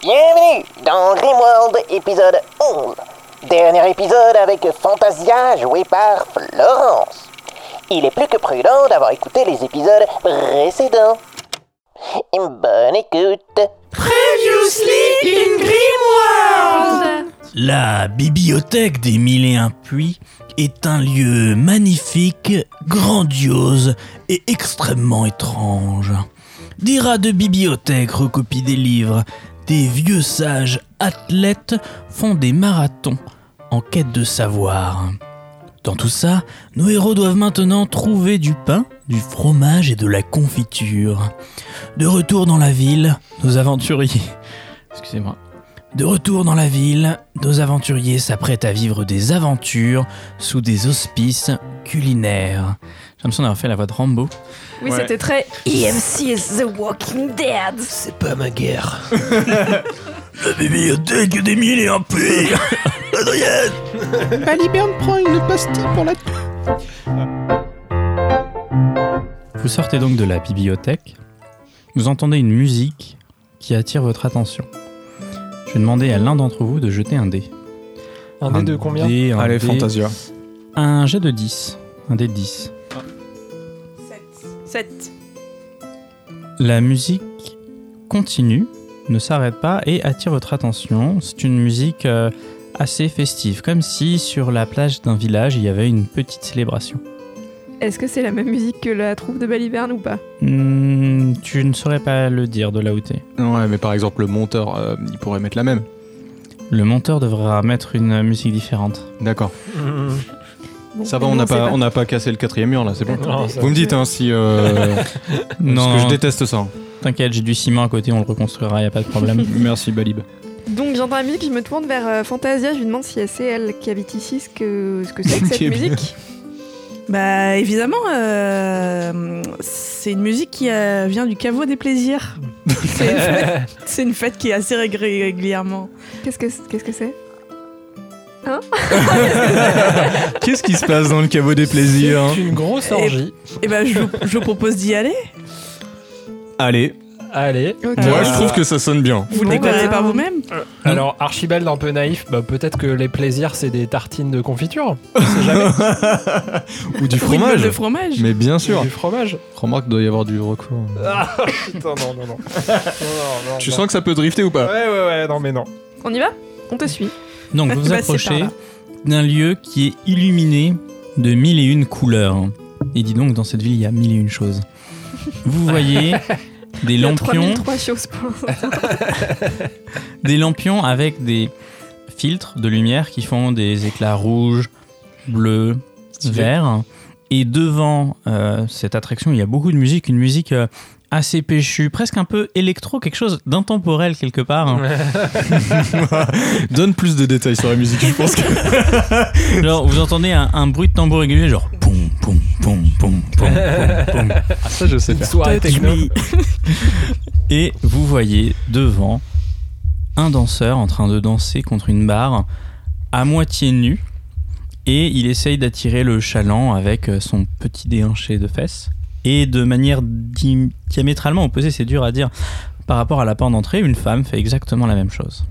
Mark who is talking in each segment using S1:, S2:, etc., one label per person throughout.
S1: Bienvenue dans Dreamworld épisode 11. Dernier épisode avec Fantasia joué par Florence. Il est plus que prudent d'avoir écouté les épisodes précédents. Bonne écoute.
S2: Previously in Grimworld
S3: La bibliothèque des Mille et un Puits est un lieu magnifique, grandiose et extrêmement étrange. Des rats de bibliothèque recopient des livres, des vieux sages athlètes font des marathons en quête de savoir. Dans tout ça, nos héros doivent maintenant trouver du pain, du fromage et de la confiture. De retour dans la ville, nos aventuriers... Excusez-moi. De retour dans la ville, nos aventuriers s'apprêtent à vivre des aventures sous des auspices culinaires. J'ai l'impression d'avoir fait la voix de Rambo.
S4: Oui, c'était très EMC is the Walking Dead.
S3: C'est pas ma guerre. la bibliothèque des mille et un puits Adrienne
S5: Baliberne prend une pastille pour la...
S3: Vous sortez donc de la bibliothèque. Vous entendez une musique qui attire votre attention. Je vais demander à l'un d'entre vous de jeter un dé.
S6: Un dé de combien
S3: dé, un
S6: Allez,
S3: dé,
S6: Fantasia.
S3: Un jet de 10. Un dé de 10.
S4: 7.
S3: La musique continue, ne s'arrête pas et attire votre attention. C'est une musique euh, assez festive, comme si sur la plage d'un village il y avait une petite célébration.
S4: Est-ce que c'est la même musique que la troupe de Baliverne ou pas
S3: Hmm, tu ne saurais pas le dire de là où t'es.
S6: Ouais, mais par exemple, le monteur, euh, il pourrait mettre la même.
S3: Le monteur devra mettre une euh, musique différente.
S6: D'accord.
S4: Bon,
S6: Ça va, on
S4: non,
S6: n'a
S4: c'est
S6: pas, on n'a pas cassé le quatrième mur là, c'est bon.
S4: Attendez.
S6: Vous me dites hein, si. Euh,
S3: Non,
S6: parce que je
S3: non,
S6: déteste ça.
S3: t'inquiète, j'ai du ciment à côté, on le reconstruira, y a pas de problème.
S6: Merci Balib.
S4: Donc j'entends la musique, je me tourne vers euh, Fantasia, je lui demande si c'est elle qui habite ici, ce que ce que c'est que
S6: Qui
S4: cette
S6: habite-
S4: musique.
S7: Bah évidemment, euh, c'est une musique qui euh, vient du caveau des plaisirs. c'est une fête- c'est une, fête qui est assez rég- régulièrement.
S4: Qu'est-ce que c'est- qu'est-ce que c'est
S6: Qu'est-ce qui se passe dans le caveau des plaisirs hein
S2: C'est une grosse orgie.
S7: Et ben je, vous- je vous propose d'y aller.
S6: Allez.
S2: ben, Allez.
S4: Ok.
S6: Moi,
S2: Euh,
S6: je trouve que ça sonne bien.
S7: Vous le
S2: Bon,
S7: découvrirez
S4: bah.
S7: par vous-même.
S2: Alors, Archibald un peu naïf, bah, peut-être que les plaisirs, c'est des tartines de confiture. On sait jamais.
S6: Ou du
S7: Ou une boule
S6: fromage.
S7: de fromage.
S6: Mais bien sûr.
S2: Du fromage.
S6: Remarque, doit y avoir du roquefort.
S4: Euh,
S2: Ah, putain, non, non, non. Non, non, non,
S6: Tu
S2: non.
S6: sens que ça peut drifter ou
S2: Ouais,
S6: pas
S2: ouais, ouais, non, mais non.
S4: On y va On te suit.
S3: Donc vous vous
S7: Bah, c'est par
S3: approchez
S7: là.
S3: d'un lieu qui est illuminé de mille et une couleurs. Et dis donc, dans cette ville, il y a mille et une choses. Vous voyez des
S4: Il y a
S3: lampions
S4: 3003 choses pour l'instant.
S3: des lampions avec des filtres de lumière qui font des éclats rouges, bleus, verts. Et devant euh, cette attraction, il y a beaucoup de musique, une musique euh, assez péchue, presque un peu électro, quelque chose d'intemporel quelque part. hein.
S6: Donne plus de détails sur la musique, je pense que.
S3: Genre, vous entendez un, un bruit de tambour régulier, genre poum, poum, poum, poum, poum, poum, poum.
S6: Ah, ça, je sais faire.
S2: Soirée techno.
S3: Et vous voyez devant un danseur en train de danser contre une barre à moitié nu et il essaye d'attirer le chaland avec euh, son petit déhanché de fesses et de manière di- diamétralement opposée, c'est dur à dire. Par rapport à la porte d'entrée, une femme fait exactement la même chose.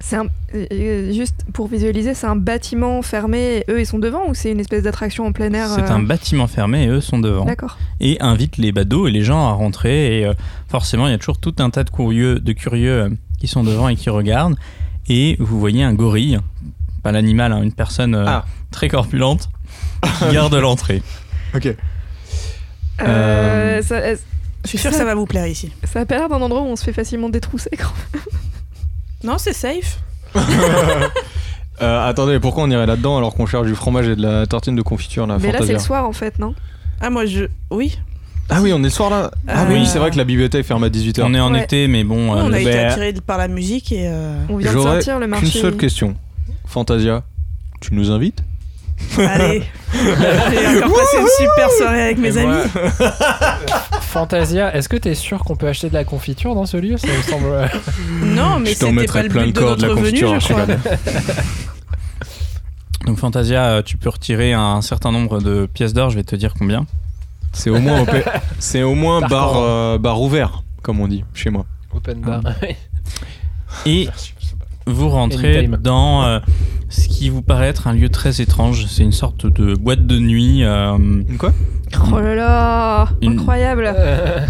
S4: C'est un euh, euh, juste pour visualiser, c'est un bâtiment fermé, et eux ils sont devant ou c'est une espèce d'attraction en plein air
S3: C'est
S4: euh,
S3: un bâtiment fermé et eux sont devant.
S4: D'accord.
S3: et invite les badauds et les gens à rentrer. Et euh, forcément, il y a toujours tout un tas de curieux, de curieux euh, qui sont devant et qui regardent. Et vous voyez un gorille, pas l'animal, hein, une personne euh,
S6: Ah.
S3: très corpulente, qui garde l'entrée.
S6: Ok.
S4: Euh,
S6: Euh,
S4: ça, euh,
S7: Je suis sûre que ça va vous plaire ici.
S4: ça a pas l'air d'un endroit où on se fait facilement détrousser. quand
S7: Non, c'est safe.
S6: Euh, attendez, pourquoi on irait là-dedans alors qu'on cherche du fromage et de la tartine de confiture là,
S4: même. Mais là c'est
S6: Ah, Fantasia
S4: le soir en fait, non
S7: Ah moi je, oui.
S6: Ah oui, on est le soir là Ah
S7: Euh,
S6: oui, c'est vrai que la bibliothèque ferme à 18h.
S3: On est en
S4: Ouais.
S3: été, mais bon, euh,
S7: on a
S3: le-
S7: été
S6: bah,
S7: attirés par la musique et. euh,
S4: On vient de
S6: J'aurais
S4: sortir le marché.
S6: Qu'une seule question. Fantasia, tu nous invites
S7: Allez, j'ai encore passé une super soirée avec mes
S2: Et moi-
S7: amis.
S2: Fantasia, est-ce que t'es sûr qu'on peut acheter de la confiture dans ce lieu Ça me semble. euh,
S7: Non, mais
S6: Je t'en
S7: c'était pas
S6: mettrai
S7: le
S6: plein
S7: but
S6: le
S7: de
S6: corps de la
S7: notre venue,
S6: confiture, hein,
S7: je crois.
S6: Archibald.
S3: donc Fantasia, euh, tu peux retirer un certain nombre de pièces d'or, je vais te dire combien.
S6: C'est au moins, au pa- c'est au moins
S2: Par
S6: bar,
S2: contre. Ah,
S6: euh, bar ouvert, comme on dit chez moi.
S2: Open bar.
S3: Et vous rentrez
S2: Anytime.
S3: dans euh, ce qui vous paraît être un lieu très étrange. C'est une sorte de boîte de nuit, euh,
S6: Une quoi
S4: Oh là là
S3: Une-
S4: Incroyable
S6: Euh,
S2: Euh,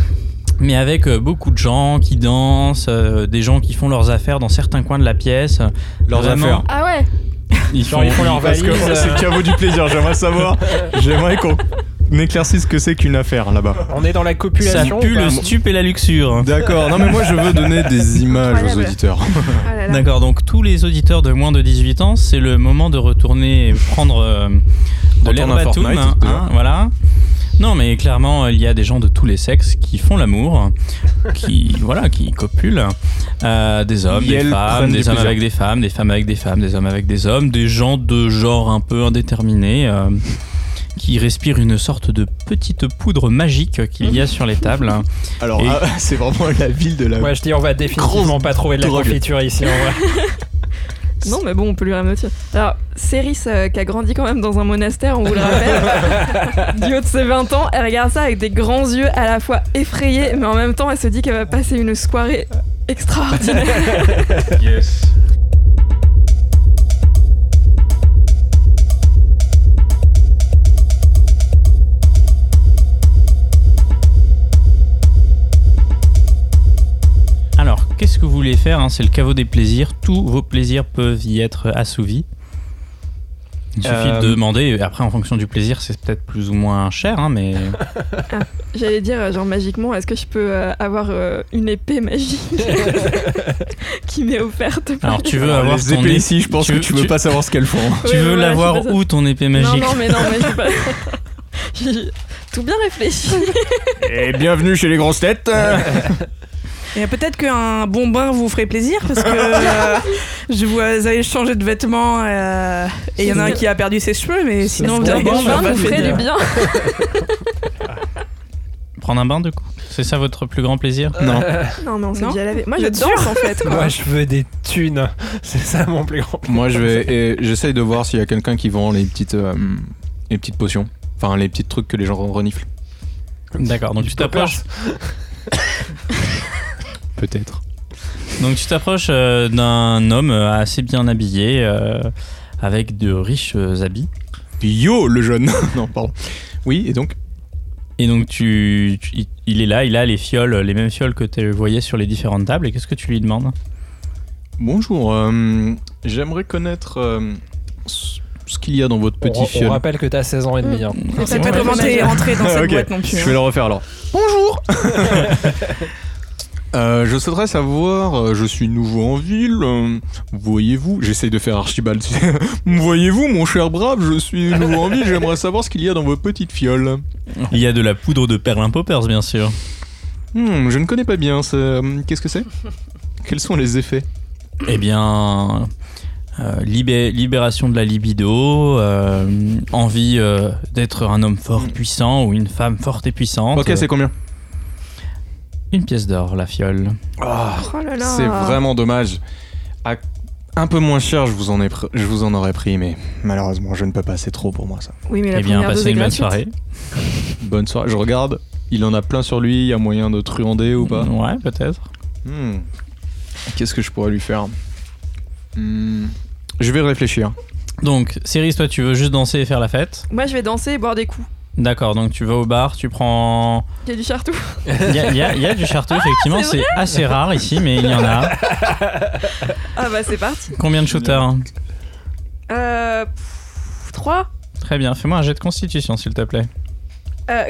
S3: mais avec euh, beaucoup de gens qui dansent, euh, des gens qui font leurs affaires dans certains coins de la pièce.
S6: Leurs
S3: Vraiment.
S6: affaires. Bah,
S4: Ah ouais
S3: Ils
S2: Genre, ils font leurs
S6: Ah, Parce que
S2: valises,
S6: ça, c'est
S2: euh,
S6: le caveau du plaisir, j'aimerais savoir. J'aimerais qu'on éclaircisse ce que c'est qu'une affaire là-bas.
S2: On est dans la
S3: ça
S2: copulation.
S3: pue
S2: ou pas
S3: le stup et la luxure. hein.
S6: D'accord, non mais moi je veux donner des images aux
S4: Incroyable.
S6: auditeurs.
S4: Ah là là.
S3: D'accord, donc tous les auditeurs de moins de 18 ans, c'est le moment de retourner prendre euh, de
S6: Retourne
S3: l'air
S6: à
S3: batoum,
S6: Fortnite,
S3: hein,
S6: déjà.
S3: hein, voilà. Non, mais clairement, il y a des gens de tous les sexes qui font l'amour, qui voilà, qui copulent, Euh, des hommes,
S6: Ils
S3: des
S6: prennent
S3: femmes,
S6: du
S3: des hommes
S6: plaisir.
S3: avec des femmes, des femmes avec des femmes, des hommes avec des hommes, des gens de genre un peu indéterminé. euh, qui respirent une sorte de petite poudre magique qu'il y a sur les tables.
S6: Alors
S3: Et-
S6: ah, c'est vraiment la ville de la...
S2: Moi, je dis, on va définitivement pas trouver de la
S6: drogue.
S2: confiture ici. en vrai.
S4: Non, mais bon, on peut lui remettre. Alors, Céris, euh, qui a grandi quand même dans un monastère, on vous le rappelle, du haut de ses 20 ans, elle regarde ça avec des grands yeux à la fois effrayés, mais en même temps, elle se dit qu'elle va passer une soirée extraordinaire.
S3: Alors, qu'est-ce que vous voulez faire hein C'est le caveau des plaisirs. Tous vos plaisirs peuvent y être assouvis. Il suffit
S6: Euh,
S3: de demander. et Après, en fonction du plaisir, c'est peut-être plus ou moins cher, hein, mais
S4: J'allais dire, euh, genre, magiquement, est-ce que je peux euh, avoir euh, une épée magique qui m'est offerte par-
S3: alors tu veux
S6: Alors,
S3: avoir
S6: Ah, les
S3: ton
S6: épées
S3: ép-
S6: ici, je pense
S3: tu
S6: que
S3: veux-
S6: tu veux
S3: tu-
S6: pas savoir ce qu'elles font.
S3: Tu
S4: Ouais,
S3: veux
S4: voilà,
S3: l'avoir
S4: c'est pas ça.
S3: où ton épée
S4: Non,
S3: magique
S4: non, mais non, mais j'ai pas. J'ai tout bien réfléchi.
S6: Et bienvenue chez les grosses têtes
S7: Et peut-être qu'un bon bain vous ferait plaisir parce que euh, je vous avez changé de vêtements euh, et il y en a un qui a perdu ses cheveux, mais
S2: Ça,
S7: sinon
S2: c'est
S7: vous
S2: un
S7: avez
S2: bon
S7: les cheveux
S2: bain,
S7: pas
S4: bah, vous ferait
S7: faits.
S4: du bien.
S3: Prendre un bain de coup. C'est ça votre plus grand plaisir
S6: Non.
S4: Euh, Non, mais on s'est
S7: Non.
S4: déjà lavé. Moi, je
S7: Vous êtes
S4: danse en fait. Quoi.
S2: Moi, je veux des thunes. C'est ça mon plus grand.
S6: Moi je vais... et J'essaye de voir s'il y a quelqu'un qui vend les petites, euh, les petites potions. Enfin les petits trucs que les gens reniflent.
S3: D'accord. Donc
S2: Du
S3: tu t'approches.
S6: Peut-être.
S3: Donc tu t'approches euh, d'un homme euh, assez bien habillé, euh, avec de riches euh, habits.
S6: Yo le jeune Non pardon. Oui et donc
S3: Et donc tu, tu- il- il est là, il a les fioles, les mêmes fioles que tu voyais sur les différentes tables. Et qu'est-ce que tu lui demandes
S6: Bonjour, euh, j'aimerais connaître euh, ce ce qu'il y a dans votre
S2: On-
S6: petit
S2: on,
S6: fiole.
S2: rappelle que t'as 16 ans et demi. hein.
S7: Mais
S4: C'est
S7: C'est pas
S4: bon,
S7: comment
S4: ouais, ouais.
S7: t'es rentré dans cette
S6: Ok,
S7: boîte non plus. hein.
S6: Je vais le refaire alors. Bonjour Euh, je souhaiterais savoir, euh, je suis nouveau en ville, euh, voyez-vous, j'essaye de faire Archibald, tu sais. voyez-vous mon cher brave, je suis nouveau en ville, j'aimerais savoir ce qu'il y a dans vos petites fioles.
S3: Il y a de la poudre de perlin poppers, bien sûr.
S6: Hmm, je ne connais pas bien, ça, euh, qu'est-ce que c'est Quels sont les effets
S3: Eh bien, euh, libé- libération de la libido, euh, envie euh, d'être un homme fort puissant ou une femme forte et puissante.
S6: Ok, c'est combien
S3: une pièce d'or, la fiole.
S6: Ah,
S4: Oh là là.
S6: C'est vraiment dommage. À un peu moins cher, je vous, en ai pr- je vous en aurais pris, mais malheureusement, je ne peux pas, c'est trop pour moi ça.
S4: Oui, mais la
S3: eh bien,
S4: première dose
S3: passez
S4: est
S3: une bonne
S4: gratuite.
S3: soirée.
S6: Bonne soirée, je regarde. Il en a plein sur lui, il y a moyen de truander ou pas
S3: Ouais, peut-être.
S6: Hmm. Qu'est-ce que je pourrais lui faire Hmm. Je vais réfléchir.
S3: Donc, Cyrus, toi, tu veux juste danser et faire la fête
S4: Moi, je vais danser et boire des coups.
S3: D'accord, donc tu vas au bar, tu prends.
S4: J'ai du chartou.
S3: Il y a, il y a- il y a du charteux, effectivement,
S4: c'est
S3: c'est assez rare ici, mais il y en a.
S4: Ah bah, c'est parti.
S3: Combien de shooters
S4: Euh. 3.
S3: Très bien, fais-moi un jet de constitution, s'il te plaît.
S4: Euh.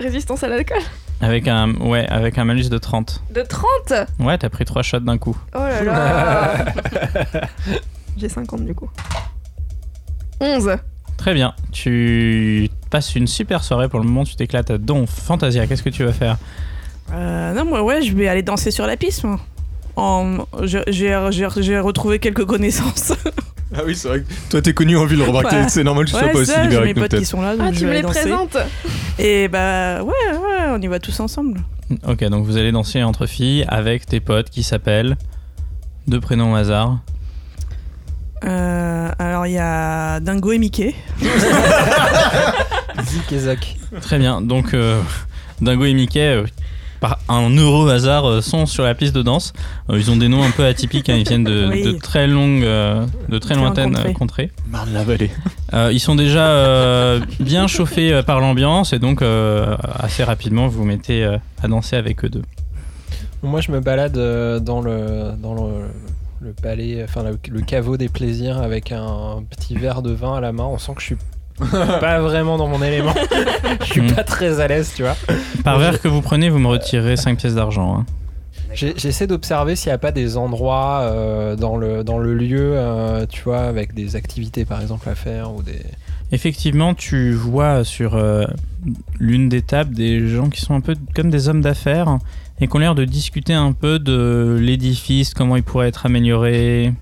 S4: Résistance à l'alcool.
S3: Avec un, ouais, avec un malus de 30.
S4: De 30
S3: Ouais, t'as pris 3 shots d'un coup.
S4: Oh là là J'ai 50 du coup. 11
S3: Très bien. Tu passes une super soirée pour le moment, tu t'éclates à donf. Fantasia, qu'est-ce que tu vas faire
S7: Euh, non, moi, ouais, je vais aller danser sur la piste. moi. En- je- J'ai j'ai- j'ai retrouvé quelques connaissances.
S6: Ah oui, c'est vrai que toi t'es connu en ville, remarque,
S7: Ouais.
S6: c'est normal que tu sois pas
S7: ouais,
S6: aussi
S7: ça, j'ai
S6: libéré
S7: mes
S6: que nous
S7: potes qui
S6: peut-être.
S7: sont là. Donc
S4: Ah,
S7: je
S4: tu me
S7: vais
S4: les
S7: aller danser.
S4: présentes
S7: Et bah, ouais, ouais, on y va tous ensemble.
S3: Ok, donc vous allez danser entre filles avec tes potes qui s'appellent deux prénoms au hasard.
S7: Euh, alors, il y a Dingo et Mickey.
S2: Zik et Zak.
S3: Très bien. Donc euh, Dingo et Mickey, euh, par un heureux hasard euh, sont sur la piste de danse. Euh, ils ont des noms un peu atypiques, hein, ils viennent de,
S7: Oui.
S3: de très longues, euh, de très
S7: Bien
S3: lointaines
S7: contrées.
S3: euh, contrées.
S6: Marne-la-Vallée.
S3: Euh, ils sont déjà euh, bien chauffés euh, par l'ambiance et donc euh, assez rapidement vous vous mettez euh, à danser avec eux deux.
S2: Moi, je me balade euh, dans le dans le, le palais, enfin le, le caveau des plaisirs avec un petit verre de vin à la main. On sent que je suis pas vraiment dans mon élément. je suis
S3: Mm.
S2: pas très à l'aise, tu vois.
S3: Par verre que vous prenez, vous me retirez 5 pièces d'argent. hein.
S2: J'ai- J'essaie d'observer s'il n'y a pas des endroits euh, dans le dans le lieu, euh, tu vois, avec des activités par exemple à faire ou des.
S3: Effectivement, tu vois sur euh, l'une des tables des gens qui sont un peu comme des hommes d'affaires et qui ont l'air de discuter un peu de l'édifice, comment il pourrait être amélioré.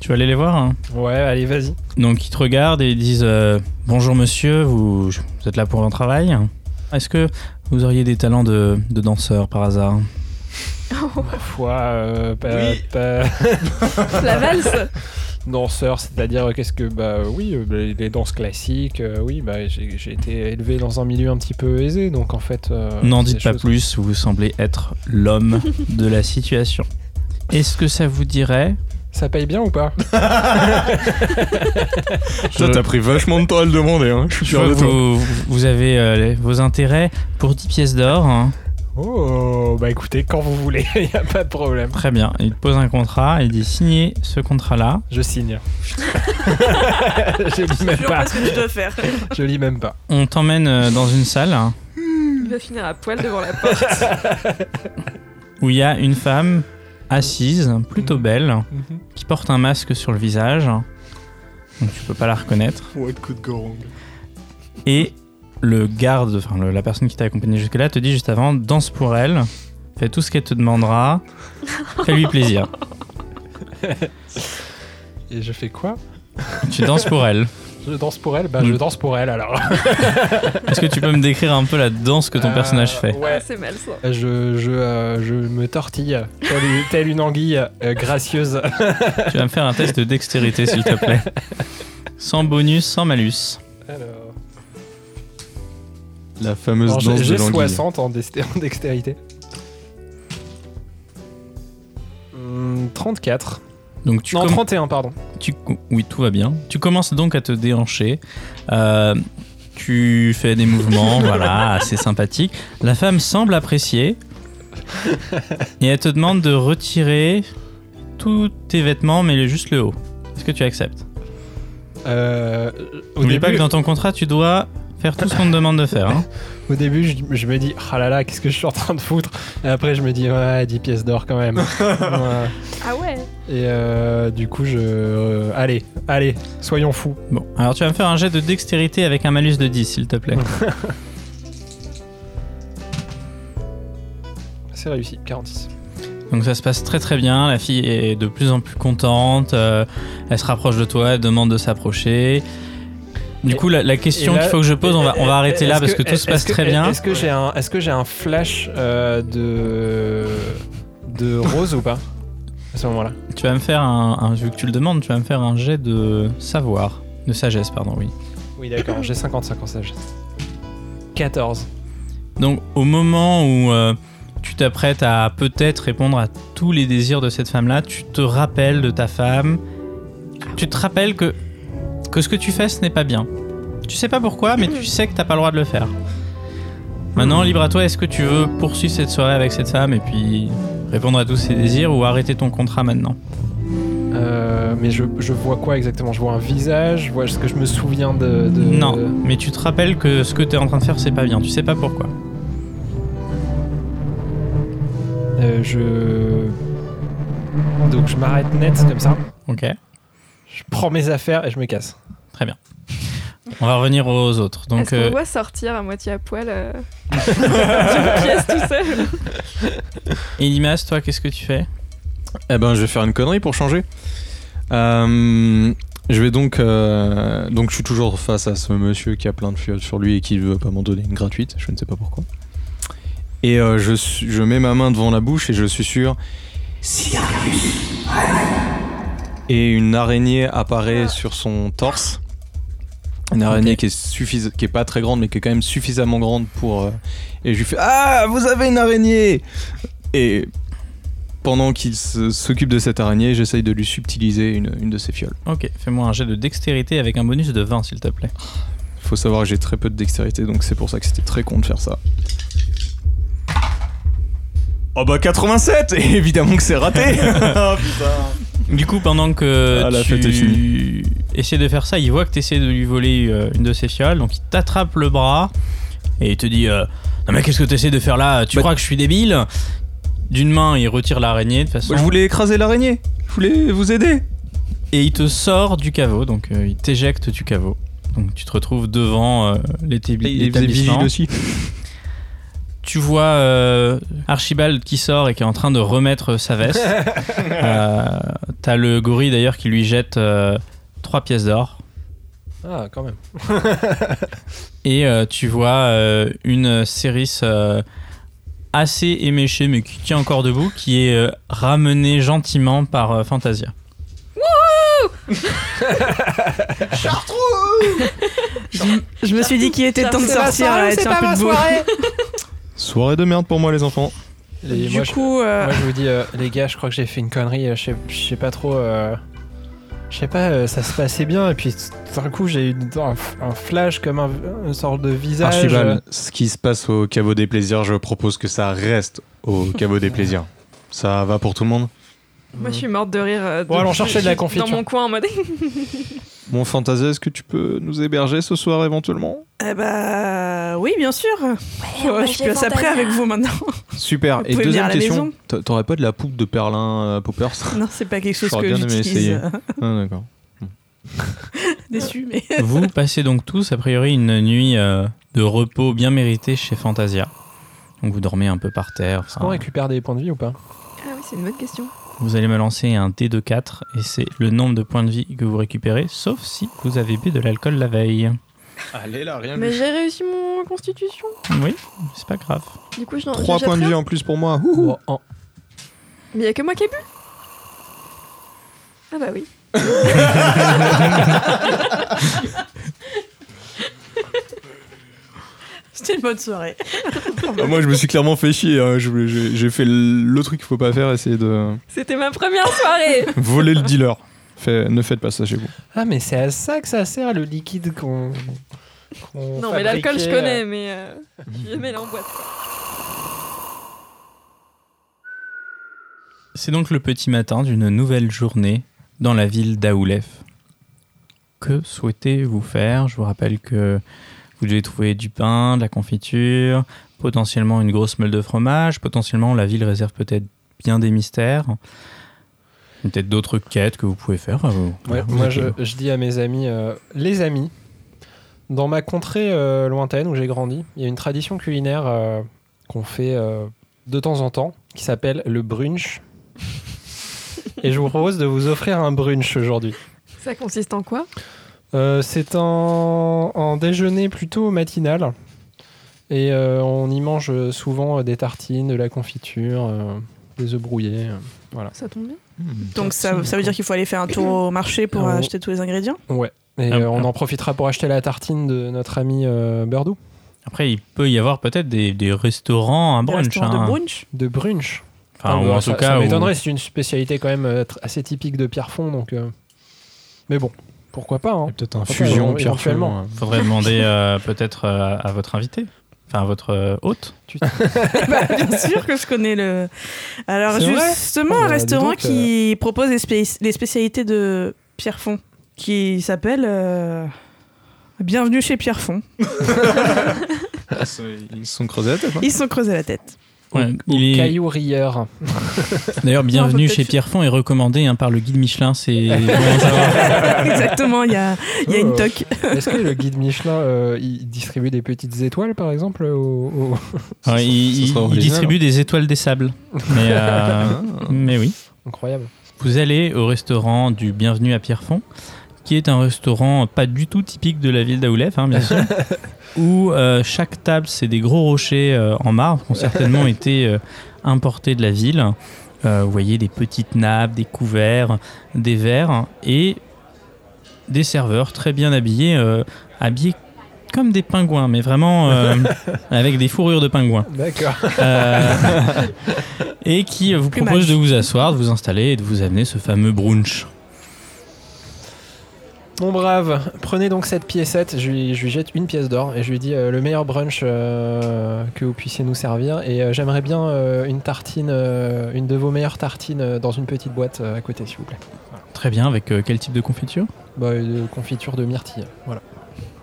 S3: Tu vas aller les voir hein
S2: Ouais, allez, vas-y.
S3: Donc ils te regardent et ils disent euh, Bonjour monsieur, vous, vous êtes là pour un travail Est-ce que vous auriez des talents de, de danseur par hasard
S2: Ma foi, euh, pas,
S6: Oui.
S2: pas-
S4: La valse
S2: danseur, c'est-à-dire euh, qu'est-ce que bah euh, oui, euh, les, les danses classiques, euh, oui, bah j'ai j'ai été élevé dans un milieu un petit peu aisé, donc en fait. euh,
S3: N'en
S2: c'est
S3: dites
S2: des
S3: pas
S2: choses-
S3: plus, vous semblez être l'homme de la situation. Est-ce que ça vous dirait
S2: Ça paye bien ou pas
S6: Toi, t'as pris vachement de temps à le demander, hein. Je suis
S3: Je
S6: fier
S3: vois
S6: de
S3: que
S6: toi.
S3: vous, vous avez euh, les- vos intérêts pour 10 pièces d'or. hein.
S2: Oh, bah écoutez, quand vous voulez, il y a pas de problème.
S3: Très bien. Il te pose un contrat, il dit signez ce contrat-là.
S2: Je signe. je lis même
S7: Toujours
S2: pas.
S7: pas ce que je dois faire.
S2: Je lis même pas.
S3: On t'emmène euh, dans une salle hein,
S4: Il va finir à poil devant la porte.
S3: où il y a une femme assise, plutôt belle, qui porte un masque sur le visage. Donc tu peux pas la reconnaître.
S6: Ouais, coup de gorong.
S3: Et le garde, enfin le- la personne qui t'a accompagné jusque-là, te dit juste avant danse pour elle, fais tout ce qu'elle te demandera, fais-lui plaisir.
S2: Et je fais quoi
S3: Tu danses pour elle.
S2: Je danse pour elle Bah
S3: Mm.
S2: je danse pour elle alors.
S3: Est-ce que tu peux me décrire un peu la danse que ton
S2: Euh,
S3: personnage fait
S2: Ouais.
S4: Ah, C'est malsain.
S2: Je, je, euh, je me tortille, telle, une- telle une anguille euh, gracieuse.
S3: Tu vas me faire un test de dextérité, s'il te plaît. Sans bonus, sans malus.
S2: Alors,
S6: La fameuse
S2: Alors,
S6: danse
S2: j'ai-
S6: de
S2: j'ai
S6: l'anguille.
S2: 60 en, dexté- en dextérité. Hmm, 34.
S3: Donc tu,
S2: non,
S3: comm-
S2: 31, pardon.
S3: tu- oui, tout va bien. Tu commences donc à te déhancher. Euh, tu fais des mouvements, voilà, assez sympathique. La femme semble apprécier et elle te demande de retirer tous tes vêtements, mais juste le haut. Est-ce que tu acceptes
S2: Euh, au,
S3: N'oublie pas
S2: début,
S3: que dans ton contrat, tu dois faire tout ce qu'on te demande de faire. hein.
S2: au début, je, je me dis, ah là là, qu'est-ce que je suis en train de foutre Et après, je me dis, ouais, 10 pièces d'or quand même. Ouais.
S4: Ah ouais
S2: Et euh, du coup, je. euh, allez, allez, soyons fous.
S3: Bon, alors tu vas me faire un jet de dextérité avec un malus de 10, s'il te plaît.
S2: C'est réussi, 46.
S3: Donc ça se passe très très bien, la fille est de plus en plus contente, euh, elle se rapproche de toi, elle demande de s'approcher. Du
S2: Et-
S3: coup, la, la question
S2: et là-
S3: qu'il faut que je pose, on va, on va arrêter là
S2: Est-ce
S3: parce que, tout se
S2: est-ce
S3: passe
S2: que-
S3: très bien.
S2: Est-ce que j'ai un, est-ce que j'ai un flash euh, de de rose ou pas à ce moment-là
S3: Tu vas me faire un, un- vu que tu le demandes, tu vas me faire un jet de savoir, de sagesse, pardon, oui.
S2: Oui, d'accord. J'ai 55 ans sage. 14.
S3: Donc au moment où euh, tu t'apprêtes à peut-être répondre à tous les désirs de cette femme-là, tu te rappelles de ta femme, tu te rappelles que, que ce que tu fais, ce n'est pas bien. Tu sais pas pourquoi, mais tu sais que t'as pas le droit de le faire. Maintenant, libre à toi, est-ce que tu veux poursuivre cette soirée avec cette femme et puis répondre à tous ses désirs ou arrêter ton contrat maintenant
S2: Euh, mais je, je vois quoi exactement Je vois un visage. Je vois ce que je me souviens de. de-
S4: Euh.
S3: Non,
S2: de-
S3: mais tu te rappelles que ce que t'es en train de faire, c'est pas bien. Tu sais pas pourquoi.
S2: Euh, je. Donc je m'arrête net comme ça.
S3: Ok,
S2: Je prends mes affaires et je me casse.
S3: très bien. On va revenir aux autres.
S4: Est-ce
S3: Donc,
S4: qu'on
S3: euh,
S4: voit sortir à moitié à poil euh, d'une pièce tout seul
S3: Elimas, toi, qu'est-ce que tu fais
S6: Eh ben, je vais faire une connerie pour changer. Euh, je vais donc. euh, donc, je suis toujours face à ce monsieur qui a plein de fioles sur lui et qui veut pas m'en donner une gratuite. Je ne sais pas pourquoi. Et euh, je, su- je mets ma main devant la bouche et je suis sûr.
S2: Ah.
S6: Et une araignée apparaît sur son torse. Une araignée qui, est suffis- qui est pas très grande, mais qui est quand même suffisamment grande pour. euh, Et je lui fais Ah, vous avez une araignée Et pendant qu'il se- s'occupe de cette araignée, j'essaye de lui subtiliser une, une de ses fioles.
S3: Ok, fais-moi un jet de dextérité avec un bonus de 20, s'il te plaît.
S6: Faut savoir que j'ai très peu de dextérité, donc c'est pour ça que c'était très con de faire ça. Oh bah 87 Et Évidemment que c'est raté
S3: Du coup, pendant que
S6: Ah, la fête est
S3: tu essaies de faire ça, il voit que tu essaies de lui voler euh, une de ses fioles, donc il t'attrape le bras et il te dit euh, Non, mais qu'est-ce que tu essaies de faire là Tu
S6: Bah-
S3: crois que je suis débile D'une main, il retire l'araignée de façon.
S6: Bah, Je voulais écraser l'araignée Je voulais vous aider
S3: Et il te sort du caveau, donc euh, il t'éjecte du caveau. Donc tu te retrouves devant euh, l'été-
S6: Et il faisait
S3: l'établissement.
S6: vigile aussi.
S3: Tu vois euh, Archibald qui sort et qui est en train de remettre sa veste. Euh, T'as le gorille d'ailleurs qui lui jette euh, trois pièces d'or.
S2: Ah, quand même.
S3: Et euh, tu vois euh, une Céris euh, assez éméchée mais qui tient encore debout, qui est euh, ramenée gentiment par euh, Fantasia.
S7: Je me suis dit qu'il était temps de
S4: C'est ma
S7: sortir. là, tiens, plus de boule.
S6: Soirée de merde pour moi les enfants.
S2: Et
S7: Du
S2: moi, je-
S7: coup, euh,
S2: Moi je vous dis euh, les gars, je crois que j'ai fait une connerie, euh, je sais- je sais pas trop euh, je sais pas, euh, ça se passait bien et puis tout d'un coup j'ai eu un, un flash comme un, une sorte de
S6: Ah,
S2: visage. euh,
S6: Archibald, ce qui se passe au caveau des plaisirs, je propose que ça reste au caveau des plaisirs. Ça va pour tout le monde
S4: Moi, je suis morte de rire. euh,
S2: Bon, allons chercher de la
S4: je suis
S2: confiture.
S4: Dans mon coin, en mode.
S6: Mon fantasé, est-ce que tu peux nous héberger ce soir éventuellement
S7: eh bah oui, bien sûr.
S4: Ah,
S7: je suis assez après avec vous maintenant.
S6: Super.
S7: Vous
S6: Et
S7: pouvez venir
S6: deuxième
S7: à la
S6: question,
S7: maison.
S6: t'a- t'aurais pas de la poupe de perlin euh, poppers
S7: non, c'est pas quelque chose
S6: J'aurais
S7: que
S6: bien aimé essayer.
S7: j'utilise. euh,
S6: Ah, d'accord.
S7: Déçu, mais
S3: Vous passez donc tous, a priori, une nuit euh, de repos bien méritée chez Fantasia. Donc vous dormez un peu par terre.
S2: on
S3: enfin,
S2: récupère des points de vie ou pas
S4: Ah oui, c'est une bonne question.
S3: vous allez me lancer un d de 4 et c'est le nombre de points de vie que vous récupérez, sauf si vous avez bu de l'alcool la veille.
S6: Allez là, rien
S4: Mais j'ai réussi mon constitution.
S3: Oui, c'est pas grave.
S4: Du coup, je n'en
S6: 3
S4: j'achète
S6: points de
S4: rien.
S6: vie en plus pour moi.
S2: Bon, en-
S4: Mais il a que moi qui ai bu. Ah bah oui.
S7: c'était une bonne soirée.
S6: Bah, moi, je me suis clairement fait chier. hein. Je voulais- J'ai j'ai fait le truc qu'il faut pas faire, essayer de
S4: C'était ma première soirée.
S6: voler le dealer. Fait- ne faites pas ça chez vous.
S2: Ah mais c'est à ça que ça sert le liquide qu'on qu'on
S4: non, mais l'alcool, je
S2: fabriquait,
S4: connais, mais euh, j'ai jamais allé en boîte.
S3: C'est donc le petit matin d'une nouvelle journée dans la ville d'Aoulef. Que souhaitez-vous faire Je vous rappelle que vous devez trouver du pain, de la confiture, potentiellement une grosse meule de fromage, potentiellement la ville réserve peut-être bien des mystères, ou peut-être d'autres quêtes que vous pouvez faire. euh,
S2: Ouais,
S3: voilà, vous
S2: moi,
S3: êtes
S2: je,
S3: libre.
S2: je dis à mes amis, euh, les amis, dans ma contrée euh, lointaine où j'ai grandi, il y a une tradition culinaire euh, qu'on fait euh, de temps en temps qui s'appelle le brunch. Et je vous propose de vous offrir un brunch aujourd'hui.
S4: Ça consiste en quoi
S2: Euh, c'est un, un déjeuner plutôt matinal. Et euh, on y mange souvent euh, des tartines, de la confiture, euh, des œufs brouillés. euh, voilà.
S4: Ça tombe bien.
S7: Donc ça, ça veut dire qu'il faut aller faire un tour au marché pour
S2: Oh.
S7: acheter tous les ingrédients.
S2: Ouais. Et
S3: Ah,
S2: euh, on
S3: ah.
S2: en profitera pour acheter la tartine de notre ami euh, Berdou.
S3: Après, il peut y avoir peut-être des, des restaurants à
S7: Des
S3: brunch.
S7: restaurants
S3: hein.
S7: de brunch.
S2: De brunch.
S3: Enfin,
S2: Ah
S3: ou
S2: bah,
S3: en
S2: ça,
S3: tout
S2: ça
S3: cas, où-
S2: m'étonnerait, c'est une spécialité quand même euh, tr- assez typique de Pierrefonds, donc. euh, Mais bon, pourquoi pas. hein.
S6: Peut-être un
S2: Enfin,
S6: fusion,
S2: euh,
S6: Pierre hein.
S2: éventuellement.
S6: Fond,
S3: faudrait demander euh, peut-être euh, à votre invité, enfin à votre euh, hôte.
S7: Bah, bien sûr que je connais le. Alors
S2: C'est vrai Oh,
S7: justement, un
S2: bah, dis
S7: restaurant
S2: donc,
S6: euh.
S7: qui propose les, spé- les spécialités de Pierrefonds, qui s'appelle euh, Bienvenue chez Pierrefonds.
S6: euh. Ils se sont creusés la tête. hein.
S7: Ils se sont creusés la tête.
S3: Ouais,
S2: Ou
S3: il est-
S2: Caillou Rieur.
S3: D'ailleurs, bienvenue
S7: peut-être
S3: chez
S7: faire-
S3: Pierrefonds est recommandé hein, par le guide Michelin. C'est bon, ça va.
S7: Exactement, il y a, il y a une
S2: Oh.
S7: toque.
S2: Est-ce que le guide Michelin euh, il distribue des petites étoiles par exemple au- au-
S3: Alors, il,
S6: ça sera
S3: il- il
S6: original. hein. Ah.
S3: distribue des étoiles des sables. Mais, euh, mais oui.
S2: Incroyable.
S3: Vous allez au restaurant du Bienvenue à Pierrefonds, qui est un restaurant pas du tout typique de la ville d'Aoulef, hein, bien sûr, où euh, chaque table, c'est des gros rochers euh, en marbre qui ont certainement été euh, importés de la ville. Euh, vous voyez des petites nappes, des couverts, des verres et des serveurs très bien habillés euh, habillés comme des pingouins, mais vraiment euh, avec des fourrures de pingouins.
S2: D'accord.
S3: Euh, et qui vous
S7: Plumage.
S3: propose de vous asseoir, de vous installer et de vous amener ce fameux brunch.
S2: Mon brave, prenez donc cette piécette, je lui, je lui jette une pièce d'or et je lui dis euh, le meilleur brunch euh, que vous puissiez nous servir et euh, j'aimerais bien euh, une tartine, euh, une de vos meilleures tartines euh, dans une petite boîte euh, à côté s'il vous plaît.
S3: Très bien, avec euh, quel type de confiture
S2: Bah, euh, de confiture de myrtille, voilà.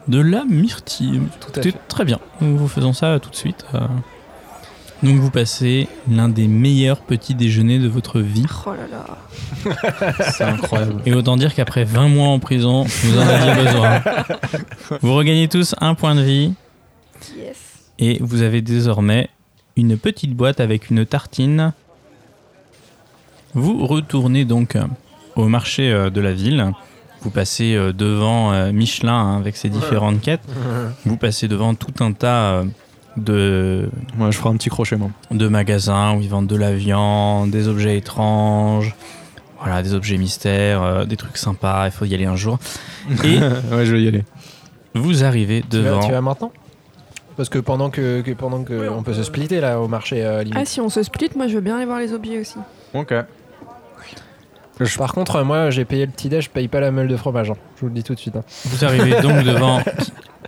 S3: De la myrtille.
S2: Tout à
S3: Écoutez,
S2: fait.
S3: Très bien, nous vous faisons ça tout de suite. euh. Donc vous passez l'un des meilleurs petits déjeuners de votre vie.
S4: Oh là là.
S6: C'est incroyable.
S3: Et autant dire qu'après 20 mois en prison, vous en aviez besoin. Vous regagnez tous un point de vie
S4: Yes.
S3: et vous avez désormais une petite boîte avec une tartine. Vous retournez donc euh, au marché euh, de la ville. Vous passez euh, devant euh, Michelin hein, avec ses différentes quêtes. Vous passez devant tout un tas euh, de,
S6: Moi, je ferai un petit crochet, moi.
S3: de magasins où ils vendent de la viande, des objets étranges, voilà, des objets mystères, euh, des trucs sympas. Il faut y aller un jour. Et
S6: ouais, je vais y aller.
S3: Vous arrivez
S2: Tu vas,
S3: devant.
S2: tu vas maintenant Parce que pendant que, que- pendant que
S7: Oui, on
S2: on, peut
S7: peut-
S2: se splitter là au marché euh,
S4: Ah,
S2: limite.
S4: si on se split, moi je veux bien aller voir les objets aussi.
S6: Ok. Ah,
S2: Par contre, euh, moi j'ai payé le petit déj, je paye pas la meule de fromage. hein. Je vous le dis tout de suite. hein.
S3: Vous arrivez donc devant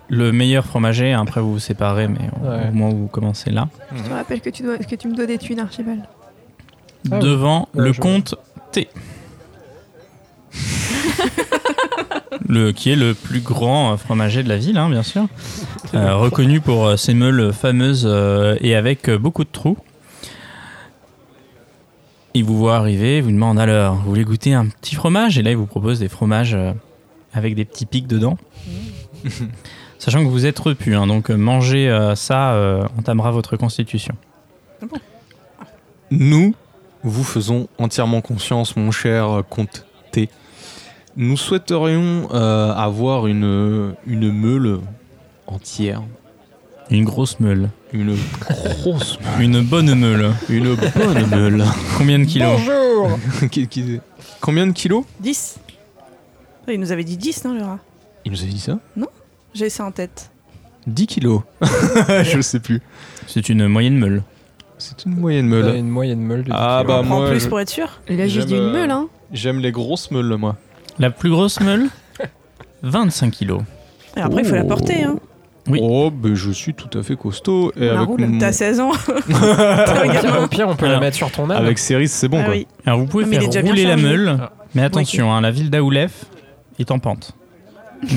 S3: le meilleur fromager. Après, vous vous séparez, mais au-
S2: Ouais.
S3: au moins vous commencez là.
S4: Je
S6: Mhm.
S4: te rappelle que tu, dois, que tu me dois des thunes, Archibald.
S2: Ah oui.
S3: devant
S2: Ouais,
S3: le
S2: je-
S3: comte T. le, qui est le plus grand euh, fromager de la ville, hein, bien sûr. Euh, reconnu pour euh, ses meules fameuses euh, et avec euh, beaucoup de trous. Il vous voit arriver, il vous demande alors, vous voulez goûter un petit fromage Et là, il vous propose des fromages euh, avec des petits pics dedans.
S2: Mmh.
S3: Sachant que vous êtes repu, hein, donc euh, manger euh, ça euh, entamera votre constitution.
S6: Nous vous faisons entièrement confiance, mon cher comte T. Nous souhaiterions euh, avoir une, une meule entière.
S3: Une grosse meule.
S6: Une grosse meule.
S3: Une bonne meule.
S6: Une bonne meule.
S3: Combien de kilos
S2: Bonjour
S6: Qui- qui- Combien de kilos
S7: 10 Il nous avait dit 10, non, le rat
S6: Il nous a dit ça
S7: J'ai ça en tête.
S6: 10 kilos. je sais plus.
S3: C'est une moyenne meule.
S6: C'est une moyenne
S2: T'as
S6: meule.
S2: Une moyenne meule de
S6: Ah
S2: dix
S6: bah
S2: kilos.
S7: On prend
S6: moi,
S7: plus
S6: je-
S7: pour être sûr
S4: Il a juste dit
S6: J'aime,
S4: une
S6: euh,
S4: meule, hein.
S6: J'aime les grosses meules, moi.
S3: La plus grosse meule 25 kilos.
S7: Et après, il faut la porter, hein.
S3: Oui.
S6: Oh, bah, je suis tout à fait costaud. Et
S4: On la
S6: avec,
S4: roule,
S6: mon-
S7: T'as 16 ans
S2: Au pire- Au pire, on peut la
S3: Alors,
S2: mettre sur ton âme.
S6: avec Cerise, c'est bon,
S7: Ah
S6: quoi.
S7: oui.
S3: Alors vous pouvez
S7: Mais il est
S3: faire
S7: déjà bien
S3: rouler la
S7: chargé.
S3: meule,
S2: Ah.
S3: mais attention, hein, la ville d'Aoulef est en pente.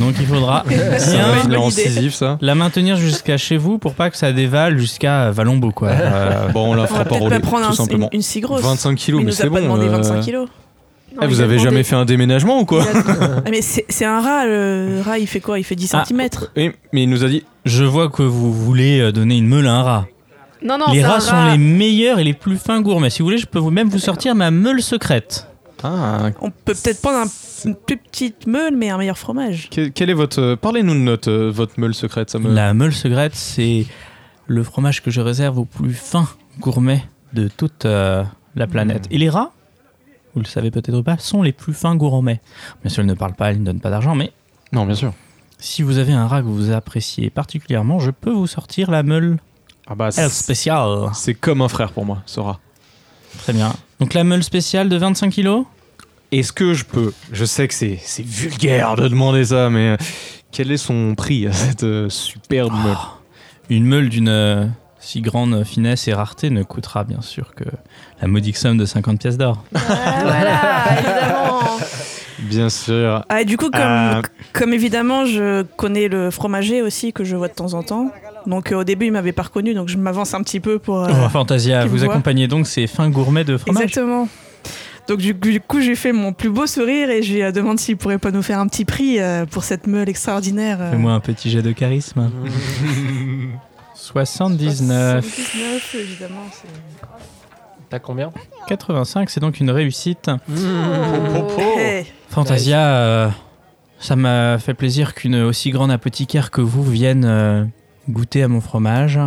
S3: Donc il faudra
S6: C'est
S3: bien
S6: un
S7: bonne
S6: bilan
S7: idée.
S6: incisif, ça.
S3: la maintenir jusqu'à chez vous pour pas que ça dévale jusqu'à Valombo quoi. Euh,
S6: Bon, on la
S7: On va
S6: fera pas
S7: peut-être pas
S6: rouler,
S7: prendre un-
S6: tout simplement.
S7: une, une si grosse.
S6: 25
S7: Mais
S6: kilos,
S7: il
S6: mais
S7: nous a
S6: c'est
S7: pas
S6: bon.
S7: demandé
S6: euh,
S7: 25 kilos.
S4: Non,
S6: eh,
S4: il
S6: vous
S4: a
S6: avez
S4: demandé-
S6: jamais fait un déménagement ou quoi
S7: Ah, mais c'est c'est un rat, le rat il fait quoi Il fait 10
S3: Ah.
S7: cm.
S6: Oui, mais il nous a dit.
S3: je vois que vous voulez euh, donner une meule à un rat.
S4: Non, non,
S3: les
S4: c'est un
S3: rats sont
S4: rat.
S3: les meilleurs et les plus fins gourmets. Si vous voulez, je peux vous même vous sortir ma meule secrète.
S6: Ah,
S7: On peut peut-être prendre un- une plus petite meule, mais un meilleur fromage.
S6: que- quel est votre. euh, Parlez-nous de notre, euh, votre meule secrète, ça me.
S3: La meule secrète, c'est le fromage que je réserve aux plus fins gourmets de toute euh, la planète. Et les rats, vous le savez peut-être pas, sont les plus fins gourmets. Bien sûr, ils ne parlent pas, ils ne donnent pas d'argent, mais
S6: Non, bien sûr.
S3: si vous avez un rat que vous appréciez particulièrement, je peux vous sortir la meule
S6: Ah bah,
S3: elle
S6: c'est
S3: spéciale.
S6: c'est comme un frère pour moi, ce rat.
S3: Très bien. Donc la meule spéciale de 25 kilos
S6: Est-ce que je peux. Je sais que c'est c'est vulgaire de demander ça, mais. euh, Quel est son prix à cette euh, superbe meule
S3: Oh, Une meule d'une euh, si grande finesse et rareté ne coûtera bien sûr que la modique somme de 50 pièces d'or.
S4: Ah, voilà, évidemment.
S6: Bien sûr.
S7: Ah, et du coup, comme,
S6: Euh.
S7: comme évidemment, je connais le fromager aussi que je vois de temps en temps. Donc euh, au début, il m'avait pas reconnu, donc je m'avance un petit peu pour. euh,
S3: Oh, Fantasia,
S7: Qu'il
S3: vous
S7: voit.
S3: accompagnez donc ces fins gourmets de fromage
S7: Exactement. Donc du, du coup, j'ai fait mon plus beau sourire et je lui euh, demande s'il pourrait pas nous faire un petit prix euh, pour cette meule extraordinaire. euh.
S3: Fais-moi un petit jet de charisme.
S7: Bah,
S3: 79.
S7: 79, évidemment. c'est-
S2: T'as combien
S3: 85, c'est donc une réussite.
S2: Mmh.
S7: Hey.
S3: Fantasia, euh, ça m'a fait plaisir qu'une aussi grande apothicaire que vous vienne euh, goûter à mon fromage.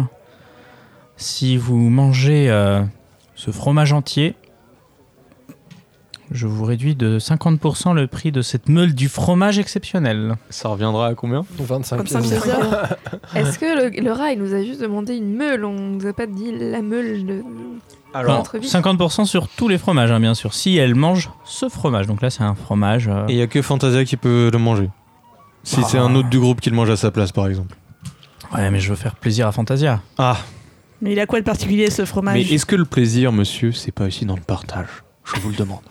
S3: Si vous mangez euh, ce fromage entier, je vous réduis de 50% le prix de cette meule du fromage exceptionnel.
S6: Ça reviendra à combien
S2: 25
S7: Comme ça,
S2: pièces.
S7: c'est
S2: d'or.
S7: ça.
S4: Est-ce que le, le rat, il nous a juste demandé une meule On nous a pas dit la meule de.
S3: Enfin,
S4: Entre vies.
S3: 50% sur tous les fromages, hein, bien sûr, si elle mange ce fromage. Donc là, c'est un fromage. euh,
S6: Et il y a que Fantasia qui peut le manger. Si c'est un autre du groupe qui le mange à sa place, par exemple.
S3: Ouais, mais je veux faire plaisir à Fantasia.
S6: Ah,
S7: Mais il a quoi de particulier ce
S6: mais
S7: fromage
S6: est-ce que le plaisir, monsieur, c'est pas aussi dans le partage Je vous le demande.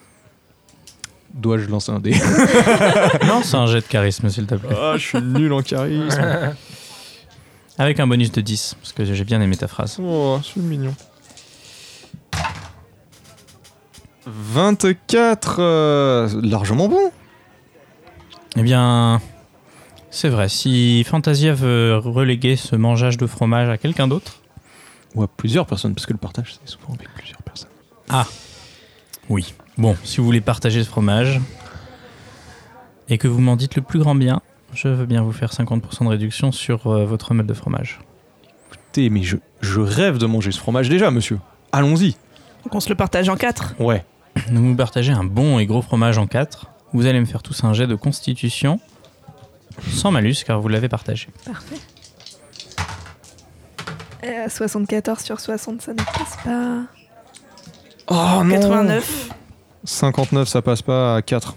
S6: Dois-je lancer un dé
S3: non, c'est un jet de charisme, s'il te plaît.
S6: Ah, je suis nul en charisme.
S3: Avec un bonus de 10, parce que j'ai bien aimé ta phrase.
S6: Oh, je suis mignon. 24 euh, Largement bon
S3: Eh bien, c'est vrai. Si Fantasia veut reléguer ce mangeage de fromage à quelqu'un d'autre,
S6: Ou à plusieurs personnes, parce que le partage, c'est souvent avec plusieurs personnes.
S3: oui. Bon, si vous voulez partager ce fromage et que vous m'en dites le plus grand bien, je veux bien vous faire 50% de réduction sur euh, votre meule de fromage.
S6: Écoutez, mais je, je rêve de manger ce fromage déjà, monsieur. Allons-y.
S7: Donc on se le partage en quatre.
S6: Ouais.
S3: Nous vous partagez un bon et gros fromage en 4. Vous allez me faire tous un jet de constitution sans malus car vous l'avez partagé.
S4: Euh, 74 sur 60, ça ne passe pas.
S6: Oh
S7: 89.
S6: 59, ça passe pas à 4.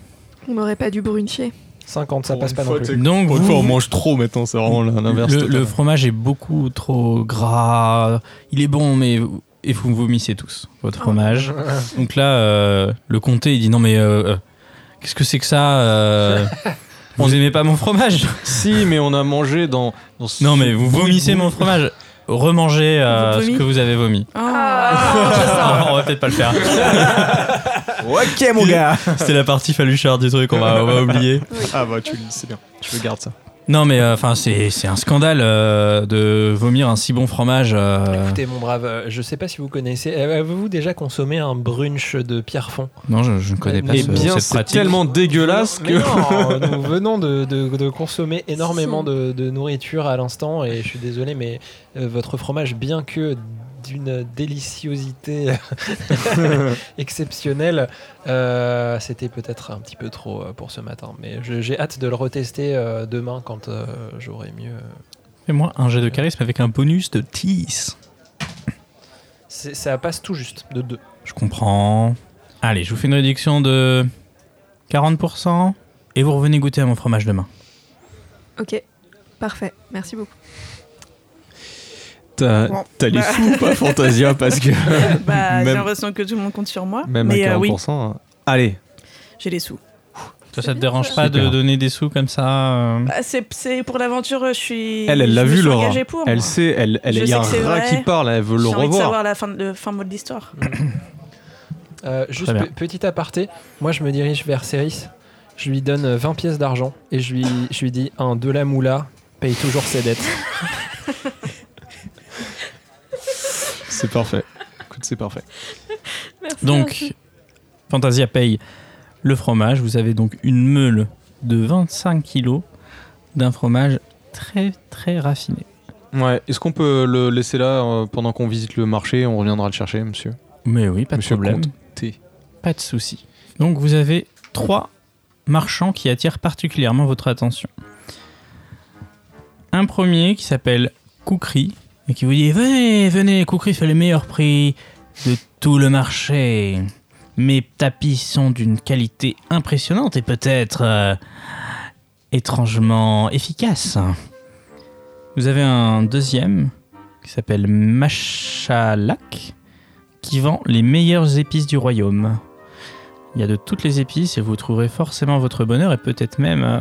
S4: On n'aurait pas dû bruncher.
S2: 50, ça passe pas non plus.
S3: Donc vous-
S6: mange trop maintenant, c'est vraiment l'inverse.
S3: le, le fromage est beaucoup trop gras. Il est bon mais et vous vomissez tous votre fromage. Donc là euh, le comté il dit non mais euh, euh, qu'est-ce que c'est que ça euh, Vous aimez pas mon fromage
S6: si, mais on a mangé dans. dans ce-
S3: Non mais vous vomissez mon fromage. Remangez euh,
S7: Vous
S3: ce
S7: vomi-
S3: que vous avez vomi.
S7: Ah.
S3: on va peut-être pas le faire.
S6: Ok,
S3: mon gars. C'était la partie faluchard du truc, on va- on va oublier.
S6: Ah bah, tu le sais bien. Je le garde ça.
S3: Non mais euh, enfin c'est c'est un scandale euh, de vomir un si bon fromage. euh.
S2: Écoutez, mon brave, euh, je sais pas si vous connaissez. euh, Avez-vous déjà consommé un brunch de Pierrefonds
S3: Non je, je ne connais pas
S2: Eh
S6: Eh
S3: ce-
S6: bien,
S3: cette
S6: c'est
S3: pratique.
S6: tellement dégueulasse
S2: Mais
S6: que.
S2: non, Oh, nous venons de, de- de consommer énormément de, de nourriture à l'instant et je suis désolé, mais euh, votre fromage, bien que d'une déliciosité exceptionnelle, euh, c'était peut-être un petit peu trop euh, pour ce matin. Mais je- j'ai hâte de le retester euh, demain quand euh, j'aurai mieux. euh,
S3: Fais-moi un jet de charisme avec un bonus de 10.
S2: C'est- Ça passe tout juste de deux.
S3: Je comprends. Allez, je vous fais une réduction de 40% et vous revenez goûter à mon fromage demain.
S4: Ok, parfait. Merci beaucoup.
S6: T'as
S7: Bon.
S6: t'as les
S7: Bah.
S6: sous, pas Fantasia, parce que.
S7: Bah, J'ai
S6: Même-
S7: l'impression que tout le monde compte sur moi.
S6: Même à
S7: mais
S6: 40%.
S7: euh, oui,
S6: hein. Allez.
S7: j'ai les sous.
S3: Toi ça te dérange pas de
S6: Super.
S3: donner des sous comme ça euh,
S7: Bah, c'est c'est pour l'aventure, euh, je suis.
S6: Elle, elle l'a
S7: je me
S6: vu,
S7: suis
S6: Laura.
S7: engagée pour,
S6: Elle
S7: moi.
S6: sait, elle, elle il
S7: Oh. Je
S6: y
S7: sais
S6: a un
S7: que c'est
S6: rat
S7: vrai.
S6: qui parle, elle veut
S7: J'ai
S6: le
S7: envie de
S6: revoir.
S7: savoir la fin, le fin mot de l'histoire.
S2: Euh, juste
S3: Très bien.
S2: pe- petit aparté, moi je me dirige vers Céris, je lui donne euh, 20 pièces d'argent et je lui, je lui dis un de la moula paye toujours ses dettes.
S6: C'est parfait. Écoute, c'est parfait.
S3: Donc Fantasia paye le fromage, vous avez donc une meule de 25 kilos d'un fromage très très raffiné.
S6: Ouais. Est-ce qu'on peut le laisser là euh, pendant qu'on visite le marché On reviendra le chercher, monsieur.
S3: Mais oui, pas de
S6: Monsieur
S3: problème.
S6: Comte. T.
S3: Pas de souci. Donc vous avez trois marchands qui attirent particulièrement votre attention. Un premier qui s'appelle Koukri et qui vous dit venez, venez, Koukri fait le meilleur prix de tout le marché. Mes tapis sont d'une qualité impressionnante et peut-être euh, étrangement efficace. Vous avez un deuxième qui s'appelle Machalak qui vend les meilleures épices du royaume. Il y a de toutes les épices et vous trouverez forcément votre bonheur et peut-être même euh,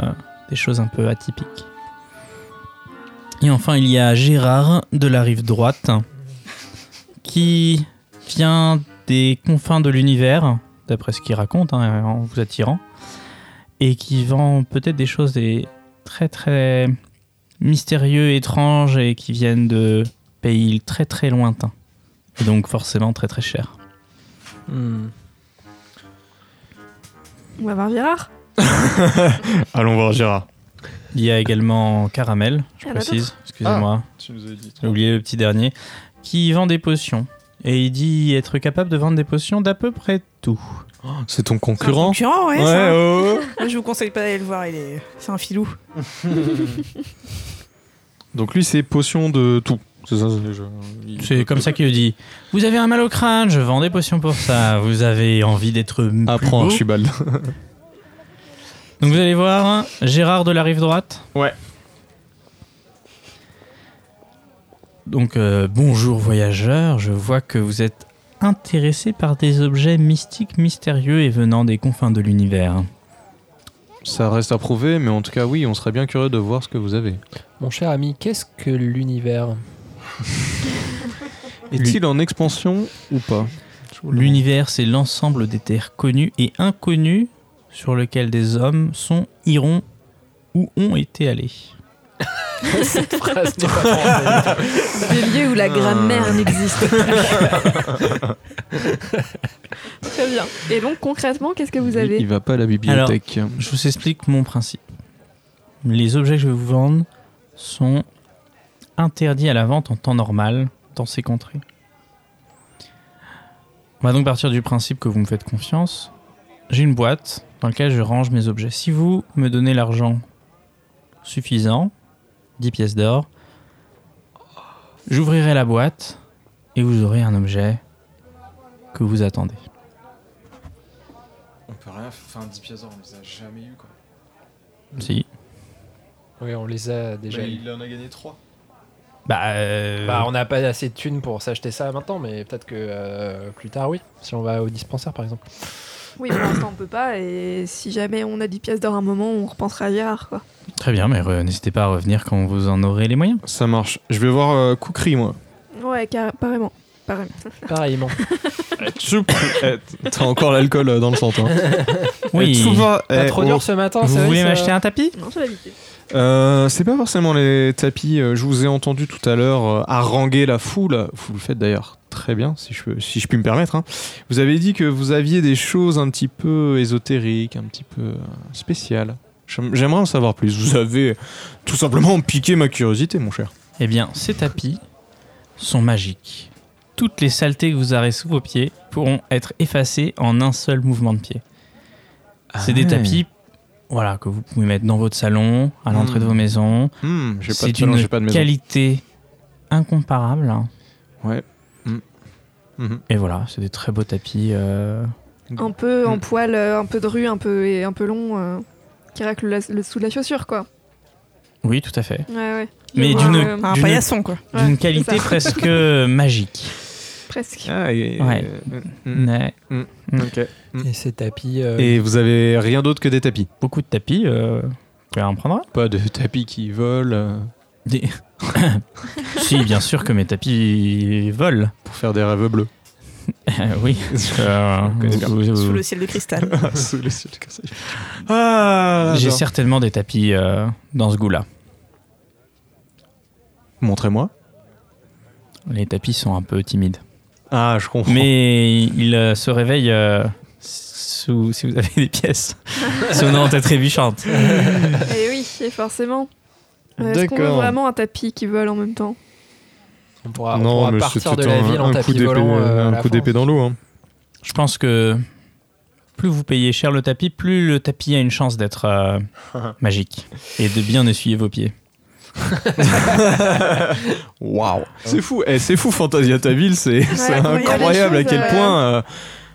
S3: des choses un peu atypiques. Et enfin, il y a Gérard de la rive droite qui vient des confins de l'univers, d'après ce qu'il raconte, hein, en vous attirant, et qui vend peut-être des choses des très très mystérieux, étranges et qui viennent de pays très très lointains. Et donc forcément très très cher.
S4: On va voir Virard.
S6: Allons voir Gérard.
S3: Il y a également Caramel, je
S4: Ah, bah,
S3: précise, excusez-moi,
S6: Tu nous as dit.
S3: j'ai oublié le petit dernier, qui vend des potions. Et il dit être capable de vendre des potions d'à peu près tout.
S6: C'est ton
S7: C'est un
S6: concurrent
S7: concurrent, ouais.
S6: Ouais,
S7: c'est un-
S6: ouais, ouais.
S7: Moi, je vous conseille pas d'aller le voir, il est... c'est un filou.
S6: Donc lui, c'est potion de tout. C'est ça, c'est je- il-
S3: C'est comme ça qu'il dit. Vous avez un mal au crâne, je vends des potions pour ça. Vous avez envie d'être plus
S6: Apprends,
S3: beau.
S6: je suis balle.
S3: Donc vous allez voir Gérard de la rive droite.
S6: Ouais.
S3: Donc euh, bonjour voyageurs, je vois que vous êtes intéressés par des objets mystiques, mystérieux et venant des confins de l'univers.
S6: Ça reste à prouver, mais en tout cas, oui, on serait bien curieux de voir ce que vous avez.
S2: Mon cher ami, qu'est-ce que l'univers
S6: Est-il en expansion ou pas
S3: L'univers, c'est l'ensemble des terres connues et inconnues sur lequel des hommes sont, iront ou ont été allés.
S2: Cette phrase n'est pas formulée.
S4: Des lieux où la grammaire n'existe Très bien. Et donc, concrètement, qu'est-ce que vous
S6: Il-
S4: avez
S6: Il va pas à la bibliothèque.
S3: Je vous explique mon principe. Les objets que je vais vous vendre sont interdits à la vente en temps normal dans ces contrées. On va donc partir du principe que vous me faites confiance. J'ai une boîte dans laquelle je range mes objets. Si vous me donnez l'argent suffisant, 10 pièces d'or, j'ouvrirai la boîte et vous aurez un objet que vous attendez.
S6: On peut rien. Enfin, 10 pièces on les a jamais eu quoi.
S3: Si.
S2: Oui, on les a déjà. eu.
S6: Bah, en a gagné 3.
S3: Bah, euh,
S2: Bah, on n'a pas assez de thunes pour s'acheter ça maintenant, mais peut-être que euh, plus tard, oui. Si on va au dispensaire, par exemple.
S4: Oui, pour l'instant, on peut pas. Et si jamais on a 10 pièces d'or à un moment, on repensera à Gérard, quoi.
S3: Très bien, mais re- n'hésitez pas à revenir quand vous en aurez les moyens.
S6: Ça marche. Je vais voir euh, Koukri, moi.
S4: Ouais, carrément. Pareil.
S2: Pareillement.
S6: T'as encore l'alcool euh, dans le sang, toi. Eh,
S2: Pas trop dur ce matin, euh
S3: vous
S2: c'est vrai,
S3: voulez
S2: ça-
S3: m'acheter un tapis
S4: Non, c'est l'habitude.
S6: Euh, c'est pas forcément les tapis. euh, Je vous ai entendu tout à l'heure euh, haranguer la foule. Vous le faites d'ailleurs très bien, si je, peux- si je puis me permettre. hein. Vous avez dit que vous aviez des choses un petit peu ésotériques, un petit peu euh, spéciales. J'aime- J'aimerais en savoir plus. Vous avez tout simplement piqué ma curiosité, mon cher.
S3: Eh bien, ces tapis sont magiques. Toutes les saletés que vous aurez sous vos pieds pourront être effacées en un seul mouvement de pied.
S6: Ah
S3: c'est des tapis voilà, que vous pouvez mettre dans votre salon, à l'entrée
S6: Hmm.
S3: de vos maisons.
S6: Hmm, j'ai pas de
S3: C'est
S6: salon,
S3: une
S6: j'ai pas de maison.
S3: qualité incomparable. hein.
S6: Ouais. Hmm. Mhm.
S3: Et voilà, c'est des très beaux tapis. euh,
S4: Un peu en
S6: Mm.
S4: poil, euh, un peu de rue, un peu, et un peu long, euh, qui racle la- le sous de la chaussure, quoi.
S3: Oui, tout à fait.
S4: Ouais, ouais. euh,
S3: Mais
S4: Ouais,
S3: d'une
S4: ouais, ouais,
S7: Un
S3: D'une-
S7: paillasson, quoi.
S4: Ouais,
S3: d'une
S4: c'est
S3: qualité
S4: ça.
S3: presque magique.
S4: Presque.
S6: Ah, et-
S3: Ouais.
S6: Mm, mm,
S3: Ouais.
S6: mm, ok.
S2: Et ces tapis. euh,
S6: Et vous avez rien d'autre que des tapis.
S3: Beaucoup de tapis, euh, vous pouvez en prendre un.
S6: Pas de tapis qui volent euh,
S3: Des- si, bien sûr que mes tapis volent.
S6: pour faire des rêves bleus.
S3: Euh, oui. Euh,
S6: connais bien.
S3: vous- vous-
S7: Sous le ciel de cristal.
S6: Ah,
S3: J'ai
S6: j'adore.
S3: certainement des tapis euh, dans ce goût-là.
S6: Montrez-moi.
S3: Les tapis sont un peu timides.
S6: Ah, je
S3: Oh.
S6: comprends.
S3: Mais ils euh, se réveillent euh, sous, si vous avez des pièces sonnantes et trébuchantes.
S4: Et oui, et forcément. Euh, Est-ce qu'on veut
S6: D'accord.
S4: vraiment un tapis qui vole en même temps
S2: On pourra, Ah, on
S6: non,
S2: pourra
S6: mais
S2: partir de
S6: c'était
S2: la
S6: un,
S2: ville en
S6: un
S2: tapis
S6: coup d'épée,
S2: volant. euh, à
S6: un
S2: la
S6: coup
S2: fin.
S6: d'épée dans l'eau. hein.
S3: Je pense que plus vous payez cher le tapis, plus le tapis a une chance d'être euh, magique et de bien essuyer vos pieds.
S6: Waouh, c'est fou. Eh, c'est fou, Fantasia ta ville, c'est c'est
S4: il y a des
S6: incroyable à
S4: choses,
S6: quel
S4: euh,
S6: point. euh,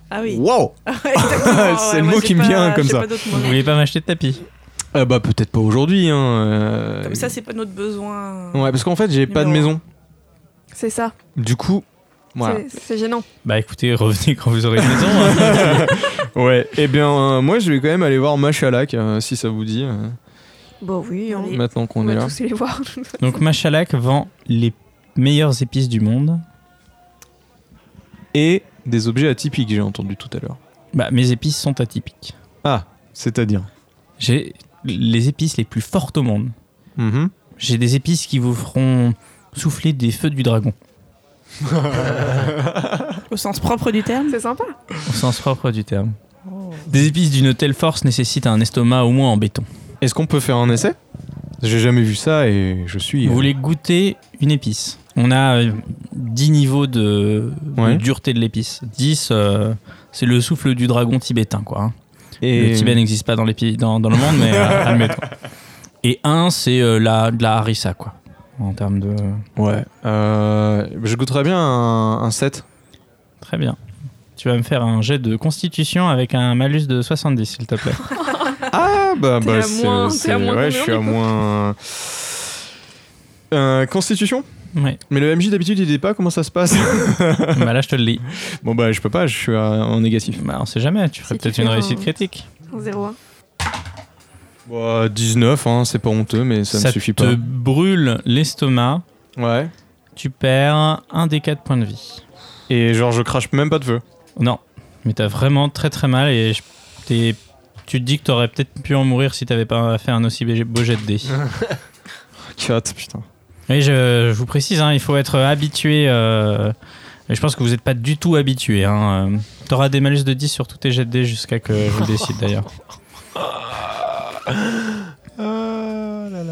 S7: Ah oui.
S6: Waouh.
S7: Exactement,
S6: C'est
S7: ouais,
S6: le
S7: moi,
S6: mot
S7: j'ai
S6: qui me
S7: pas-
S6: vient comme
S7: j'ai
S6: ça.
S7: pas d'autres mots.
S3: Vous voulez pas m'acheter de tapis
S6: Ah bah peut-être pas aujourd'hui. Hein. euh,
S7: Comme ça, c'est pas notre besoin.
S6: Ouais, parce qu'en fait, j'ai pas de
S7: Numéro
S6: maison.
S4: C'est ça.
S6: Du coup, voilà.
S4: C'est- C'est gênant.
S3: Bah écoutez, revenez quand vous aurez une maison. hein.
S6: Ouais. Eh bien, euh, moi, je vais quand même aller voir Machalak euh, si ça vous dit. euh,
S4: Bon, oui, hein. on,
S6: maintenant qu'on est
S4: va
S6: là.
S4: tous les voir.
S3: Donc Machalak vend les meilleures épices du monde.
S6: Et des objets atypiques, j'ai entendu tout à l'heure.
S3: Bah mes épices sont atypiques.
S6: Ah, c'est-à-dire.
S3: J'ai les épices les plus fortes au monde.
S6: Mhm.
S3: J'ai des épices qui vous feront souffler des feux du dragon.
S7: Au sens propre du terme.
S4: C'est sympa.
S3: Au sens propre du terme. Des épices d'une telle force nécessitent un estomac au moins en béton.
S6: Est-ce qu'on peut faire un essai J'ai jamais vu ça et je suis.
S3: Vous
S6: euh,
S3: voulez goûter une épice On a euh, 10 niveaux de, de
S6: Ouais.
S3: dureté de l'épice. 10, euh, c'est le souffle du dragon tibétain, quoi. hein.
S6: Et
S3: Le Tibet n'existe pas dans, les pays- dans, dans le monde, mais euh, admettons. Et 1, c'est euh, la, de la harissa, quoi. En termes de.
S6: Ouais. Euh, je goûterais bien un, un 7.
S3: Très bien. Tu vas me faire un jet de constitution avec un malus de 70, s'il te plaît.
S6: Ah bah,
S4: T'es
S6: bah
S4: à
S6: c'est.
S4: moins- t'es
S6: c'est-
S4: à moins
S6: ouais, je
S4: combien,
S6: suis à
S4: du coup
S6: moins. Euh, constitution
S3: Ouais.
S6: Mais le MJ d'habitude il dit pas comment ça se passe.
S3: bah là, je te le lis.
S6: bon bah je peux pas, je suis à- en négatif.
S3: Bah, on sait jamais, tu ferais
S4: Si tu
S3: peut-être
S4: fais
S3: une
S4: un-
S3: réussite critique.
S4: 0-1.
S6: Bah, 19, hein, c'est pas honteux, mais ça, me suffit
S3: te brûle l'estomac,
S6: pas. Ouais.
S3: tu perds un des 4 points de vie.
S6: Et genre je crache même pas de feu.
S3: Non, mais t'as vraiment très très mal et je- t'es- tu te dis que t'aurais peut-être pu en mourir si t'avais pas fait un aussi bé- beau jet de dés.
S6: 4, putain.
S3: Oui, je, je vous précise, hein, il faut être habitué. euh, et je pense que vous n'êtes pas du tout habitué. Hein, euh. T'auras des malus de 10 sur tous tes jets de dés jusqu'à que je le décide d'ailleurs.
S2: Ah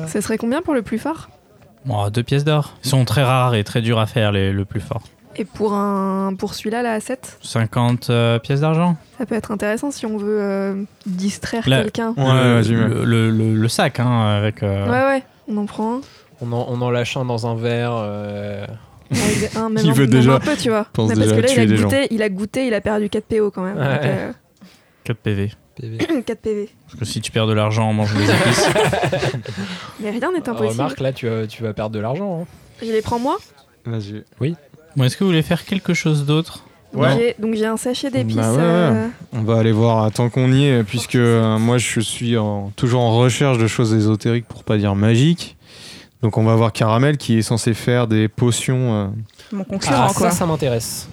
S4: Ce serait combien pour le plus fort
S3: Bon, deux pièces d'or. Ils sont très rares et très durs à faire, les, le plus fort.
S4: Et pour, un... pour celui-là, là, à 7
S3: 50 euh, pièces d'argent
S4: Ça peut être intéressant si on veut euh, distraire
S3: Là.
S4: quelqu'un.
S6: Ouais,
S3: le,
S6: vas-y, ouais.
S3: le, le- le- le sac, hein, avec. euh,
S4: Ouais, ouais, on en prend un.
S2: On en, on en lâche un dans un verre. euh,
S4: Avec un, même
S6: Il
S4: un,
S6: veut
S4: même
S6: déjà-
S4: un peu, tu vois.
S6: pense
S4: Mais
S6: déjà
S4: parce que là,
S6: tuer
S4: il a,
S6: des
S4: goûté, il a goûté, il a perdu 4 PO quand même.
S2: Ouais.
S4: donc,
S3: 4 PV.
S2: PV.
S4: euh, 4 PV.
S3: Parce que si tu perds de l'argent en mangeant des épices.
S4: Mais rien
S7: Euh,
S4: n'est impossible.
S2: Remarque, là, tu vas, tu vas perdre de l'argent. hein.
S4: Je les prends moi.
S6: Vas-y.
S3: bon, est-ce que vous voulez faire quelque chose d'autre
S6: Ouais.
S4: J'ai- Donc j'ai un sachet d'épices.
S6: Bah ouais, ouais.
S4: euh,
S6: On va aller voir euh, tant qu'on y est, puisque euh, moi je suis en- toujours en recherche de choses ésotériques pour pas dire magiques. Donc on va voir Caramel qui est censé faire des potions. euh,
S7: Mon concurrent,
S2: Ah,
S7: quoi.
S2: ça, ça m'intéresse.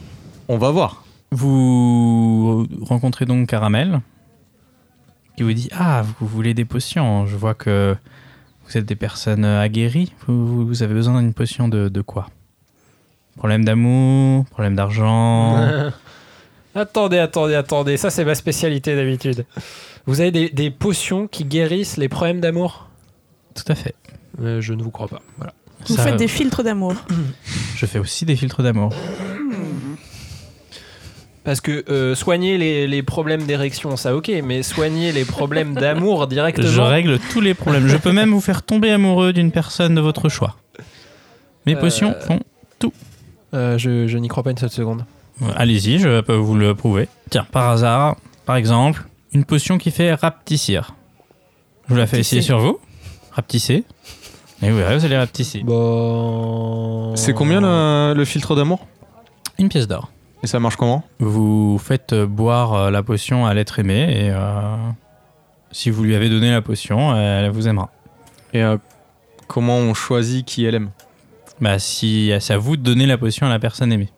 S6: On va voir.
S3: Vous rencontrez donc Caramel, qui vous dit Ah, vous voulez des potions Je vois que vous êtes des personnes aguerries. Vous, vous- vous avez besoin d'une potion de, de quoi Problème d'amour Problème d'argent
S2: attendez, attendez, attendez. Ça, c'est ma spécialité d'habitude. Vous avez des, des potions qui guérissent les problèmes d'amour
S3: Tout à fait.
S2: Euh, Je ne vous crois pas. Voilà.
S7: Vous
S3: Ça,
S7: faites des filtres d'amour.
S3: Je fais aussi des filtres d'amour.
S2: Parce que euh, soigner les, les problèmes d'érection, ça ok, mais soigner les problèmes d'amour
S3: Je
S2: directement.
S3: règle tous les problèmes. Je peux même vous faire tomber amoureux d'une personne de votre choix. Mes
S2: Euh,
S3: potions font.
S2: Euh, je je n'y crois pas une seule seconde.
S3: Euh, Allez-y, je peux vous le prouver. Tiens, par hasard, par exemple, une potion qui fait rapetissir. Je vous la fais essayer sur
S7: Rapetissir.
S3: vous. Rapetisser. Et vous verrez, vous allez rapetisser.
S2: Bon.
S6: C'est combien le, le filtre d'amour
S3: Une pièce d'or.
S6: Et ça marche comment
S3: Vous faites euh, boire euh, la potion à l'être aimé et euh, si vous lui avez donné la potion, euh, elle vous aimera.
S6: Et euh, comment on choisit qui elle aime
S3: Bah, si c'est à vous de donner la potion à la personne aimée.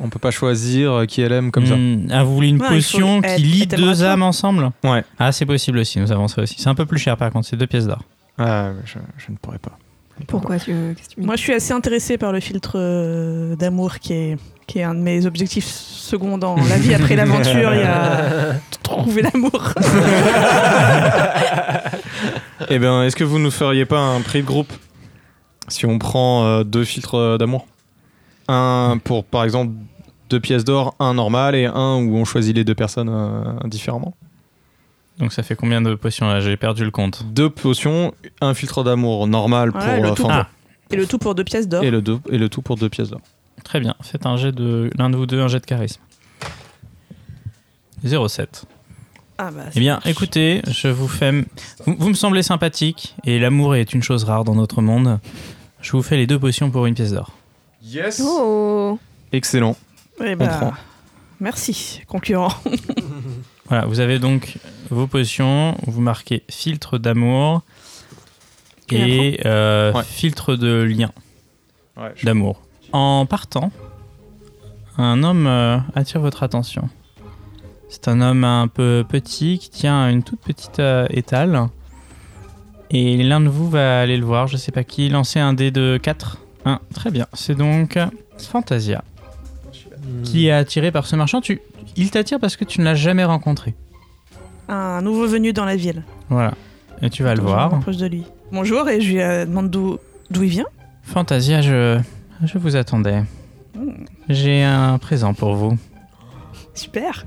S6: On peut pas choisir euh, qui elle aime comme ça.
S3: Hmm, ah, vous voulez une
S7: Ouais, il faut-
S3: potion
S7: elle-
S3: qui lie
S7: elle t'aimera
S3: deux
S7: toi.
S3: âmes ensemble
S6: Ouais.
S3: Ah, c'est possible aussi, nous avons ça aussi. C'est un peu plus cher par contre, c'est deux pièces d'or.
S6: Ah, mais je, je ne pourrais pas.
S4: Pourquoi tu veux qu'est-ce que tu me dis
S7: Moi, je suis assez intéressée par le filtre euh, d'amour qui est, qui est un de mes objectifs seconds dans la vie après l'aventure. Il y a trouver l'amour.
S6: Eh bien, est-ce que vous nous feriez pas un prix de groupe si on prend euh, deux filtres euh, d'amour Un pour, par exemple, deux pièces d'or, un normal et un où on choisit les deux personnes euh, différemment.
S3: Donc ça fait combien de potions là J'ai perdu le compte.
S6: Deux potions, un filtre d'amour normal pour
S7: Ouais, le
S6: euh,
S7: tout.
S6: fin,
S3: Ah,
S7: Et le tout pour deux pièces d'or.
S6: et, le deux- et le tout pour deux pièces d'or.
S3: très bien. Faites un jet de l'un de vous deux, un jet de charisme. 07.
S7: Ah bah,
S3: Eh bien, écoutez, je vous fais. Vous, vous me semblez sympathique et l'amour est une chose rare dans notre monde. Je vous fais les deux potions pour une pièce d'or.
S6: Yes
S4: Oh
S6: Excellent.
S7: eh
S6: on prend.
S7: bah, merci, concurrent.
S3: Voilà, vous avez donc vos potions. Vous marquez filtre d'amour
S7: Tu la
S3: et euh,
S6: Ouais.
S3: filtre de lien. d'amour. En partant, un homme euh, attire votre attention. C'est un homme un peu petit qui tient une toute petite euh, étale. Et l'un de vous va aller le voir, je sais pas qui, lancer un dé de 4. 1. Très bien, c'est donc Fantasia qui est attiré par ce marchand. Tu, il t'attire parce que tu ne l'as jamais rencontré.
S7: Un nouveau venu dans la ville.
S3: Voilà. Et tu vas le
S7: Je
S3: voir.
S7: me rapproche de lui. Bonjour, et je lui euh, demande d'où d'où il vient.
S3: Fantasia, je, je vous attendais. J'ai un présent pour vous.
S7: Super.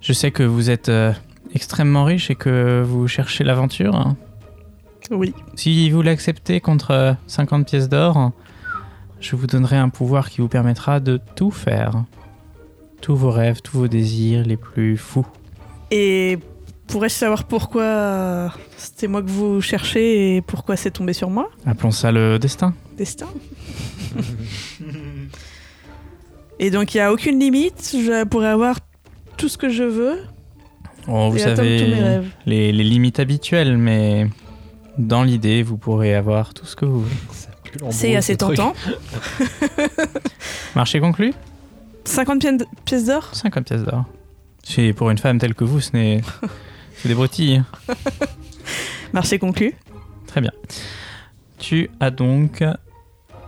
S3: Je sais que vous êtes euh, extrêmement riche et que vous cherchez l'aventure. hein.
S7: Oui.
S3: Si vous l'acceptez contre euh, 50 pièces d'or, je vous donnerai un pouvoir qui vous permettra de tout faire. Tous vos rêves, tous vos désirs les plus fous.
S7: Et pourrais-je savoir pourquoi euh, c'était moi que vous cherchez et pourquoi c'est tombé sur moi
S3: Appelons ça le destin.
S7: Destin. et donc il n'y a aucune limite, je pourrais avoir tout ce que je veux
S3: Oh, vous
S7: et
S3: savez,
S7: atteindre tous mes rêves.
S3: les, les limites habituelles, mais dans l'idée, vous pourrez avoir tout ce que vous voulez.
S7: C'est assez tentant.
S3: Marché conclu
S7: 50 pièces- pièces d'or
S3: 50 pièces d'or. Si pour une femme telle que vous, ce n'est que des broutilles.
S7: Marché conclu.
S3: Très bien. Tu as donc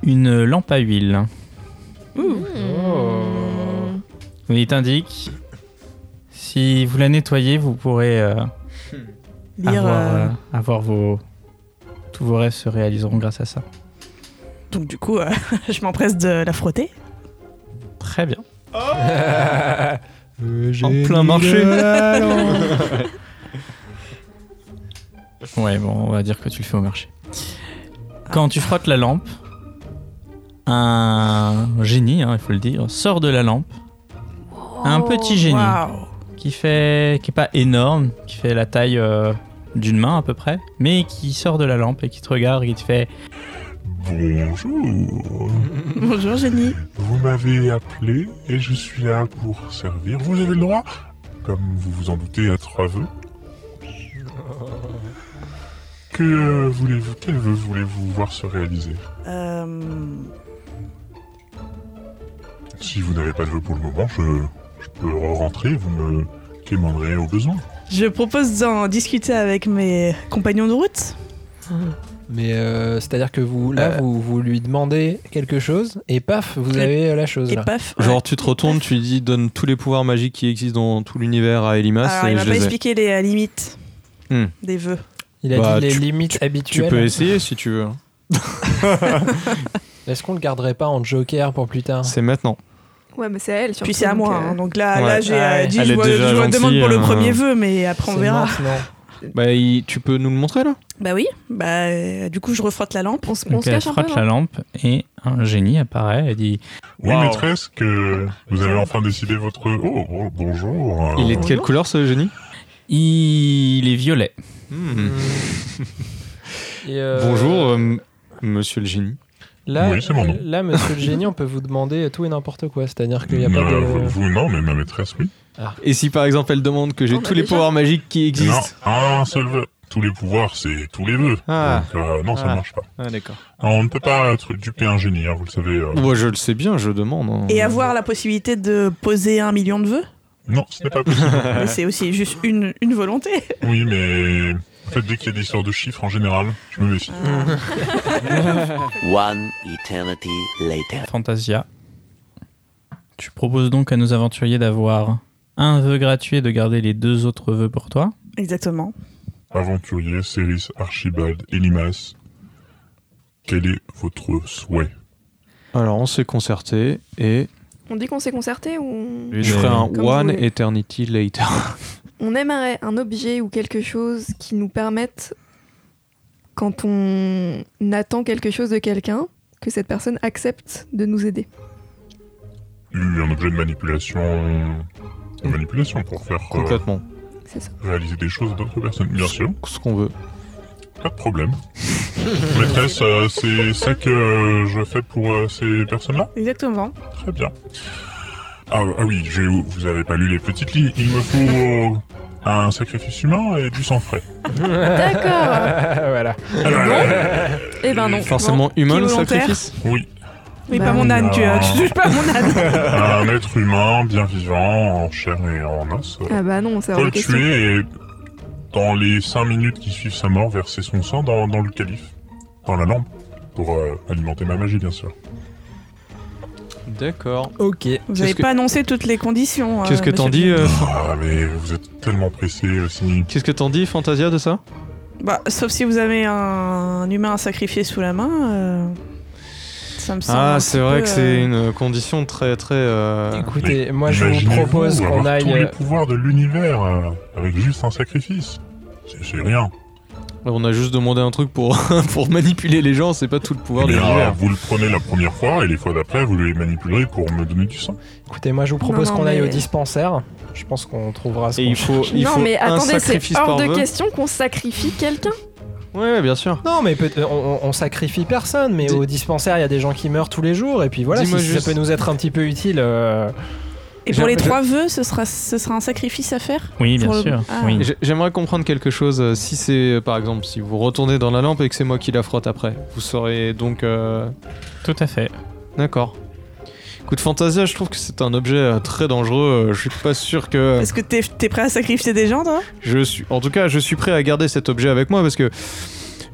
S3: une lampe à huile.
S2: Oh.
S3: Il t'indique, si vous la nettoyez, vous pourrez euh,
S7: Lire.
S3: avoir,
S7: euh,
S3: euh, avoir vos... Tous vos rêves se réaliseront grâce à ça.
S7: Donc du coup, euh, je m'empresse de la frotter.
S3: Très bien.
S6: En plein marché.
S3: Ouais, bon, on va dire que tu le fais au marché. Quand tu frottes la lampe, un génie, hein, il faut le dire, sort de la lampe. un petit génie
S7: Waouh.
S3: qui fait, qui est pas énorme, qui fait la taille euh, d'une main à peu près, mais qui sort de la lampe et qui te regarde et qui te fait
S8: Bonjour,
S7: Bonjour génie.
S8: vous m'avez appelé et je suis là pour servir. Vous avez le droit, comme vous vous en doutez, à trois vœux. Que euh, voulez-vous, quel vœu voulez-vous voir se réaliser
S7: Euh,
S8: Si vous n'avez pas de vœu pour le moment, je, je peux rentrer, vous me quémanderez au besoin.
S7: je propose d'en discuter avec mes compagnons de route.
S2: Mais euh, c'est-à-dire que vous, là,
S6: Euh.
S2: vous, vous lui demandez quelque chose et paf, vous
S7: Et-
S2: avez euh, la chose
S7: Et
S2: là.
S7: paf. ouais.
S6: Genre tu te retournes, tu lui dis donne tous les pouvoirs magiques qui existent dans tout l'univers à Elimas
S7: Alors,
S6: et
S7: il m'a
S6: je
S7: pas
S6: les ai.
S7: expliqué les euh, limites
S6: Hmm.
S7: des vœux.
S2: Il a
S6: Bah,
S2: dit les
S6: tu-
S2: limites
S6: Tu
S2: habituelles.
S6: peux essayer si tu veux.
S2: Est-ce qu'on le garderait pas en joker pour plus tard
S6: C'est maintenant.
S4: Ouais, mais c'est à elle, surtout.
S7: Puis c'est à
S4: donc,
S7: moi.
S4: euh,
S7: hein. Donc là,
S6: Ouais.
S7: là j'ai
S2: Ah
S7: euh,
S2: ouais.
S7: dit,
S6: Elle
S7: je
S6: est
S7: vois-
S6: déjà
S7: je vous
S6: gentille,
S7: demande pour le
S6: hein.
S7: premier vœu, mais après on
S2: C'est
S7: verra.
S2: maintenant.
S6: Bah il- tu peux nous le montrer là
S7: Bah oui. Bah euh, du coup, je refrotte la lampe.
S4: On, se- on
S3: Donc
S4: se
S3: elle
S4: cache un peu, hein.
S3: frotte
S4: non
S3: la lampe et un génie apparaît et dit
S8: Oui,
S3: Wow.
S8: maîtresse, que vous avez enfin décidé votre. Oh, bon- bonjour.
S6: Il est de quelle couleur ce génie
S3: Il est violet.
S2: Hmm. Et, euh,
S6: Bonjour euh, monsieur le génie.
S2: Là,
S8: Oui, c'est mon nom.
S2: là, monsieur le génie, on peut vous demander tout et n'importe quoi. C'est-à-dire qu'il n'y a pas
S8: Euh, vous-
S2: de.
S8: vous, non, mais ma maîtresse, oui.
S6: Et si par exemple elle demande que j'ai
S4: On a
S6: tous les
S4: déjà.
S6: pouvoirs magiques qui
S8: Non,
S6: existent
S8: un seul vœu. Tous les pouvoirs, c'est tous les vœux.
S6: Ah.
S8: Donc, euh, non, ça
S6: Ah.
S8: ne marche pas.
S6: Ah d'accord.
S8: Alors, on ne peut pas être dupé un génie, hein, vous le savez. euh.
S6: Moi je le sais bien, je demande. hein.
S7: Et avoir la possibilité de poser un million de vœux.
S6: Mm.
S8: Non, ce n'est pas possible.
S7: Mais c'est aussi juste une, une volonté.
S8: oui, mais en fait, dès qu'il y a des histoires de chiffres en général, je me méfie.
S6: Mm.
S9: One eternity later.
S3: Fantasia. Tu proposes donc à nos aventuriers d'avoir un vœu gratuit et de garder les deux autres vœux pour toi.
S7: Exactement.
S8: Aventurier, Céris, Archibald, Elimas, quel est votre souhait
S6: Alors on s'est concerté et
S4: On dit qu'on s'est concerté ou.
S3: Et
S6: je
S3: des-
S6: ferai un
S4: Comme vous
S6: One
S4: voulez.
S6: Eternity Later.
S4: On aimerait un objet ou quelque chose qui nous permette, quand on attend quelque chose de quelqu'un, que cette personne accepte de nous aider.
S8: Eu un objet de manipulation. de manipulation pour faire euh,
S6: Complètement.
S4: C'est ça.
S8: réaliser des choses à d'autres personnes. Bien sûr,
S6: Ce qu'on veut.
S8: pas de problème. Maîtresse, euh, c'est ça que euh, je fais pour euh, ces personnes-là
S7: Exactement.
S8: Très bien. Ah, ah oui, j'ai- vous avez pas lu les petites lignes. Il me faut euh, un sacrifice humain et du sang frais.
S4: D'accord
S2: voilà.
S8: Alors,
S4: ben Eh ben non.
S6: Forcément humain le
S7: volontaire.
S6: sacrifice
S8: oui,
S7: Oui,
S4: Bah
S7: pas mon
S8: oui.
S7: âne,
S6: Ah.
S7: tu, euh, tu touches pas à mon âne.
S8: un être humain bien vivant, en chair et en os. euh,
S4: Ah bah non, c'est hors
S8: Faut
S4: de
S8: le
S4: question.
S8: tuer et, dans les cinq minutes qui suivent sa mort, verser son sang dans, dans le calife, dans la lampe, pour euh, alimenter ma magie, bien sûr.
S6: D'accord.
S2: Ok.
S7: Vous
S6: Qu'est-ce
S7: n'avez
S6: que-
S7: pas annoncé toutes les conditions.
S6: Qu'est-ce
S7: euh,
S6: que t'en
S7: monsieur
S6: dis
S7: le
S6: euh,
S8: Ah, mais vous êtes tellement pressé euh, aussi.
S6: Qu'est-ce que t'en dis Fantasia de ça
S7: Bah, sauf si vous avez un, un humain à sacrifier sous la main. euh, Ça me semble
S6: Ah,
S7: un
S6: c'est
S7: petit
S6: vrai
S7: peu,
S6: que
S7: euh,
S6: c'est une condition très très. euh,
S2: Écoutez,
S8: Mais
S2: moi je vous
S8: imaginez-vous
S2: propose qu'on
S8: avoir tous les
S2: aille. euh,
S8: pouvoirs de l'univers euh, avec juste un sacrifice. C'est c'est rien.
S6: On a juste demandé un truc pour, pour manipuler les gens, c'est pas tout le pouvoir de
S8: Eh bien,
S6: l'univers.
S8: vous le prenez la première fois et les fois d'après, vous les manipulez pour me donner du sang.
S2: Écoutez, moi je vous propose
S4: Non, non,
S2: qu'on aille au
S4: mais-
S2: dispensaire. Je pense qu'on trouvera ce
S6: Et
S2: qu'on
S6: il faut, il
S4: non,
S6: faut
S4: mais
S6: un
S4: attendez, c'est
S6: sacrifice
S4: hors
S6: par
S4: de
S6: vœu.
S4: question qu'on sacrifie quelqu'un.
S6: Ouais, ouais, bien sûr.
S2: Non, mais peut- on, on- on sacrifie personne, mais
S6: Dis-
S2: au dispensaire, il y a des gens qui meurent tous les jours, et puis voilà, si
S6: Dis-moi
S2: ça
S6: juste-
S2: peut nous être un petit peu utile. euh,
S7: Et pour les
S6: J'ai-
S7: trois vœux, ce sera, ce sera un sacrifice à faire
S3: Oui, bien
S7: Pour le-
S3: sûr.
S7: Ah.
S3: oui.
S6: J'ai- J'aimerais comprendre quelque chose. euh, Si c'est, euh, par exemple, si vous retournez dans la lampe et que c'est moi qui la frotte après, vous saurez donc. euh,
S3: Tout à fait.
S6: D'accord. Coup de Fantasia, je trouve que c'est un objet euh, très dangereux. euh, Je suis pas sûr que.
S7: Est-ce que t'es t'es prêt à sacrifier des gens, toi
S6: Je suis, en tout cas, je suis prêt à garder cet objet avec moi parce que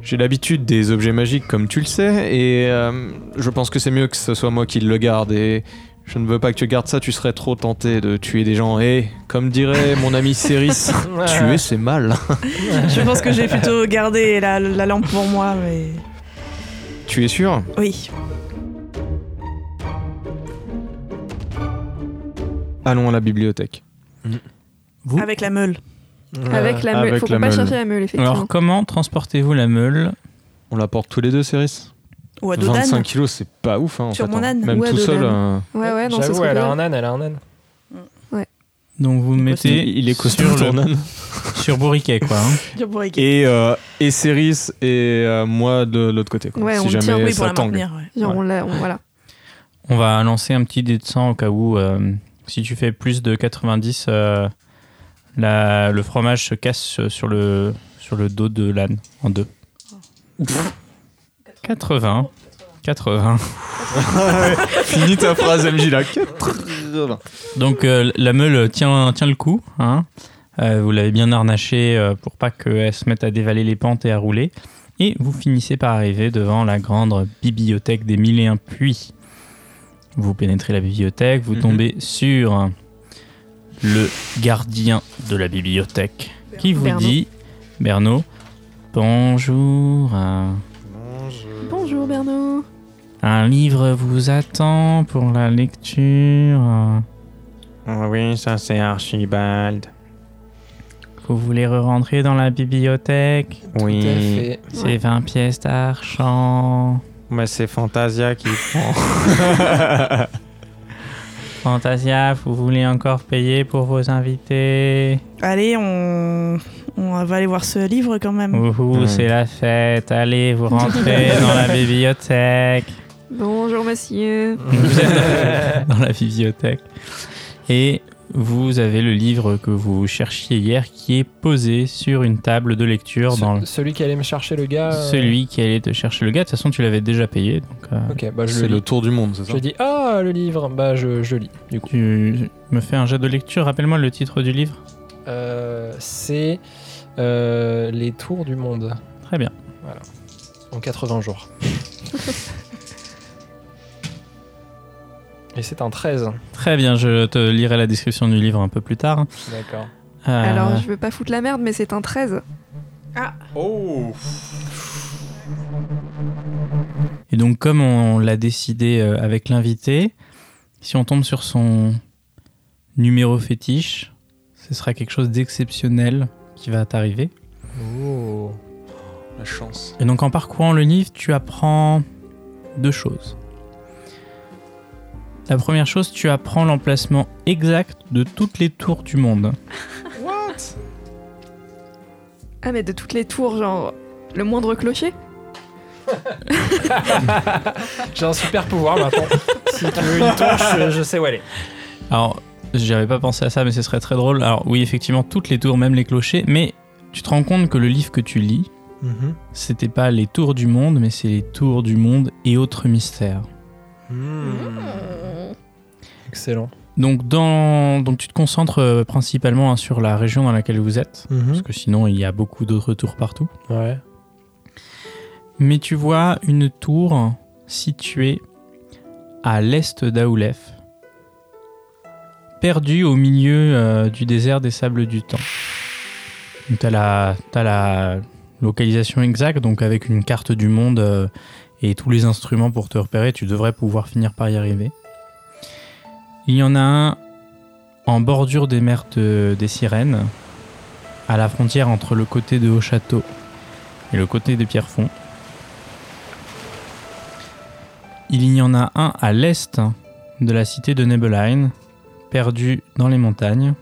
S6: j'ai l'habitude des objets magiques, comme tu le sais, et euh, je pense que c'est mieux que ce soit moi qui le garde. Et je ne veux pas que tu gardes ça. Tu serais trop tenté de tuer des gens. Et comme dirait mon ami Céris, tuer c'est mal.
S7: Je pense que j'ai plutôt gardé la, la lampe pour moi, mais.
S6: tu es sûr
S7: Oui.
S6: Allons à la bibliothèque.
S3: Ouh.
S7: Avec la meule.
S2: Euh,
S4: Avec la meule.
S6: avec
S4: Faut
S6: la
S4: pas
S6: meule.
S4: chercher la meule, effectivement.
S3: Alors, comment transportez-vous la meule
S6: On la porte tous les deux, Céris.
S7: Ou à dos
S6: 25
S7: d'âne.
S6: kilos, c'est pas ouf. Hein, en
S7: Sur
S6: fait,
S7: mon
S6: hein.
S7: âne.
S6: Même
S4: Ou à
S6: tout
S4: dos
S6: seul.
S4: d'âne.
S6: euh,
S4: ouais, ouais, non, c'est ce
S2: J'avoue,
S4: qu'on
S2: elle
S4: peut
S2: a
S4: dire.
S2: un âne, elle a un âne.
S3: Donc, vous mettez
S6: il il est costaud
S3: sur, le-
S6: ton âne.
S3: sur Bourriquet, quoi. hein.
S6: Et, euh, et Céris et euh, moi de l'autre côté. quoi,
S4: Ouais,
S6: si
S4: on
S6: jamais
S4: tient,
S7: Oui, pour
S6: ça
S7: la
S6: tangue.
S7: maintenir, ouais.
S4: Genre, on l'a- on- voilà.
S3: On va lancer un petit dé de 100 au cas où, euh, si tu fais plus de 90, euh, la- le fromage se casse euh, sur le, sur le dos de l'âne en deux.
S7: Oh.
S3: 80. 80.
S6: Finis ta phrase, MJ là.
S3: Donc euh, la meule tient, tient le coup. hein. Euh, vous l'avez bien harnachée euh, pour pas qu'elle se mette à dévaler les pentes et à rouler. Et vous finissez par arriver devant la grande bibliothèque des mille et un puits. Vous pénétrez la bibliothèque, vous
S6: Mhm.
S3: tombez sur le gardien de la bibliothèque qui vous
S4: Bernaud.
S3: dit, Bernaud, bonjour. euh,
S4: Bonjour Bernaud.
S3: Un livre vous attend pour la lecture.
S6: Ah oui, ça c'est Archibald.
S3: Vous voulez re-rentrer dans la bibliothèque
S2: Tout à fait.
S3: C'est 20 pièces d'argent.
S6: Mais Bah, c'est Fantasia qui prend.
S3: Fantasia, vous voulez encore payer pour vos invités
S7: Allez, on... on va aller voir ce livre quand même.
S3: Ouhou,
S6: Mm.
S3: c'est la fête. Allez, vous rentrez dans la bibliothèque.
S4: Bonjour monsieur.
S3: Vous êtes dans la bibliothèque. Et vous avez le livre que vous cherchiez hier qui est posé sur une table de lecture
S2: Ce-
S3: dans le-
S2: Celui qui allait me chercher le
S3: Ah
S2: gars. euh,
S3: celui qui allait te chercher le gars. De toute façon, tu l'avais déjà payé. Donc, euh,
S2: Ok, bah je le
S6: C'est le
S2: lis.
S6: tour du monde, c'est ça
S2: Je dis, ah, le livre Bah je, je lis, du coup.
S3: tu me fais un jet de lecture. Rappelle-moi le titre du livre.
S2: Euh, c'est euh, Les Tours du Monde
S3: Très bien.
S2: en 80 jours. Et c'est un 13.
S3: Très bien, je te lirai la description du livre un peu plus tard.
S2: D'accord.
S3: Euh,
S4: Alors, je veux pas foutre la merde, mais c'est un 13.
S6: Oh.
S3: Et donc, comme on l'a décidé euh, avec l'invité, si on tombe sur son numéro fétiche, ce sera quelque chose d'exceptionnel qui va t'arriver.
S2: Oh.
S6: La chance.
S3: Et donc, en parcourant le livre, tu apprends deux choses. La première chose, tu apprends l'emplacement exact de toutes les tours du monde.
S4: Ah, mais de toutes les tours, genre le moindre clocher
S2: J'ai un super pouvoir maintenant. si tu veux une torche, je, je sais où elle est.
S3: Alors, j'avais pas pensé à ça, mais ce serait très drôle. Alors, oui, effectivement, toutes les tours, même les clochers, mais tu te rends compte que le livre que tu lis,
S2: Mm-hmm.
S3: c'était pas les tours du monde, mais c'est les tours du monde et autres mystères.
S4: Mm-hmm.
S2: Excellent.
S3: Donc, dans... Donc tu te concentres euh, principalement hein, sur la région dans laquelle vous êtes,
S2: Mm-hmm. Mmh.
S3: parce que sinon il y a beaucoup d'autres tours partout.
S2: Ouais.
S3: Mais tu vois une tour située à l'est d'Aoulef, perdue au milieu euh, du désert des sables du temps. Donc, T'as la, t'as la localisation exacte, donc avec une carte du monde euh, et tous les instruments pour te repérer, tu devrais pouvoir finir par y arriver. Il y en a un en bordure des mers de- des sirènes, à la frontière entre le côté de Haut-Château et le côté de Pierrefonds. Il y en a un à l'est de la cité de Nebelheim, perdu dans les montagnes.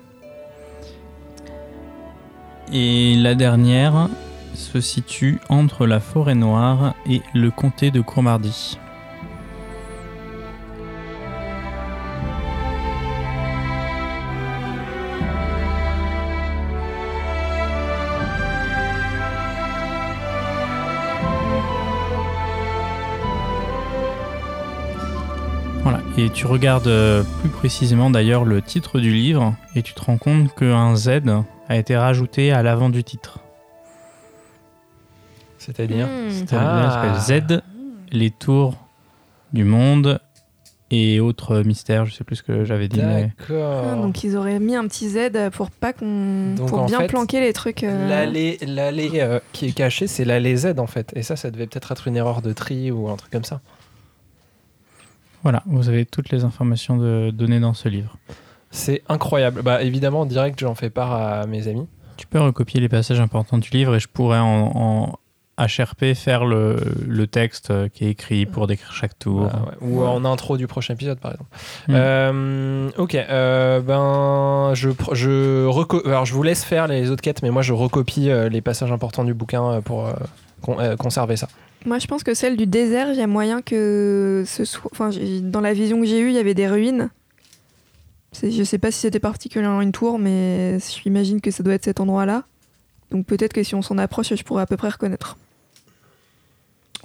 S3: Et la dernière se situe entre la forêt noire et le comté de Cromarty. Voilà, et tu regardes euh, plus précisément d'ailleurs le titre du livre et tu te rends compte qu'un Z a été rajouté à l'avant du titre.
S2: C'est-à-dire
S4: Hmm.
S3: Ça
S2: Ah.
S3: s'appelle Z, les tours du monde et autres mystères, je sais plus ce que j'avais dit. mais-
S4: Ah,
S2: Mm. D'accord.
S4: donc ils auraient mis un petit Z pour pas qu'on
S2: Donc,
S4: pour
S2: en
S4: bien
S2: fait,
S4: planquer les trucs. euh,
S2: L'allée l'allée, euh, qui est cachée, c'est l'allée Z en fait. Et ça, ça devait peut-être être une erreur de tri ou un truc comme ça.
S3: Voilà, vous avez toutes les informations de- données dans ce livre.
S2: C'est incroyable. Bah évidemment, en direct, j'en fais part à mes amis.
S3: Tu peux recopier les passages importants du livre et je pourrais en, en HRP faire le, le texte euh, qui est écrit pour décrire chaque tour.
S2: Ah, ouais. Ou en intro du prochain épisode, par exemple.
S6: Mm.
S3: Hmm.
S2: Euh, ok, euh, ben je, pr- je reco- alors je vous laisse faire les autres quêtes, mais moi je recopie euh, les passages importants du bouquin euh, pour euh, con- euh, conserver ça.
S4: Moi, je pense que celle du désert, il y a moyen que ce soit. Enfin, j'ai- dans la vision que j'ai eue, il y avait des ruines. C'est- Je sais pas si c'était particulièrement une tour, mais j'imagine que ça doit être cet endroit-là. Donc peut-être que si on s'en approche, je pourrais à peu près reconnaître.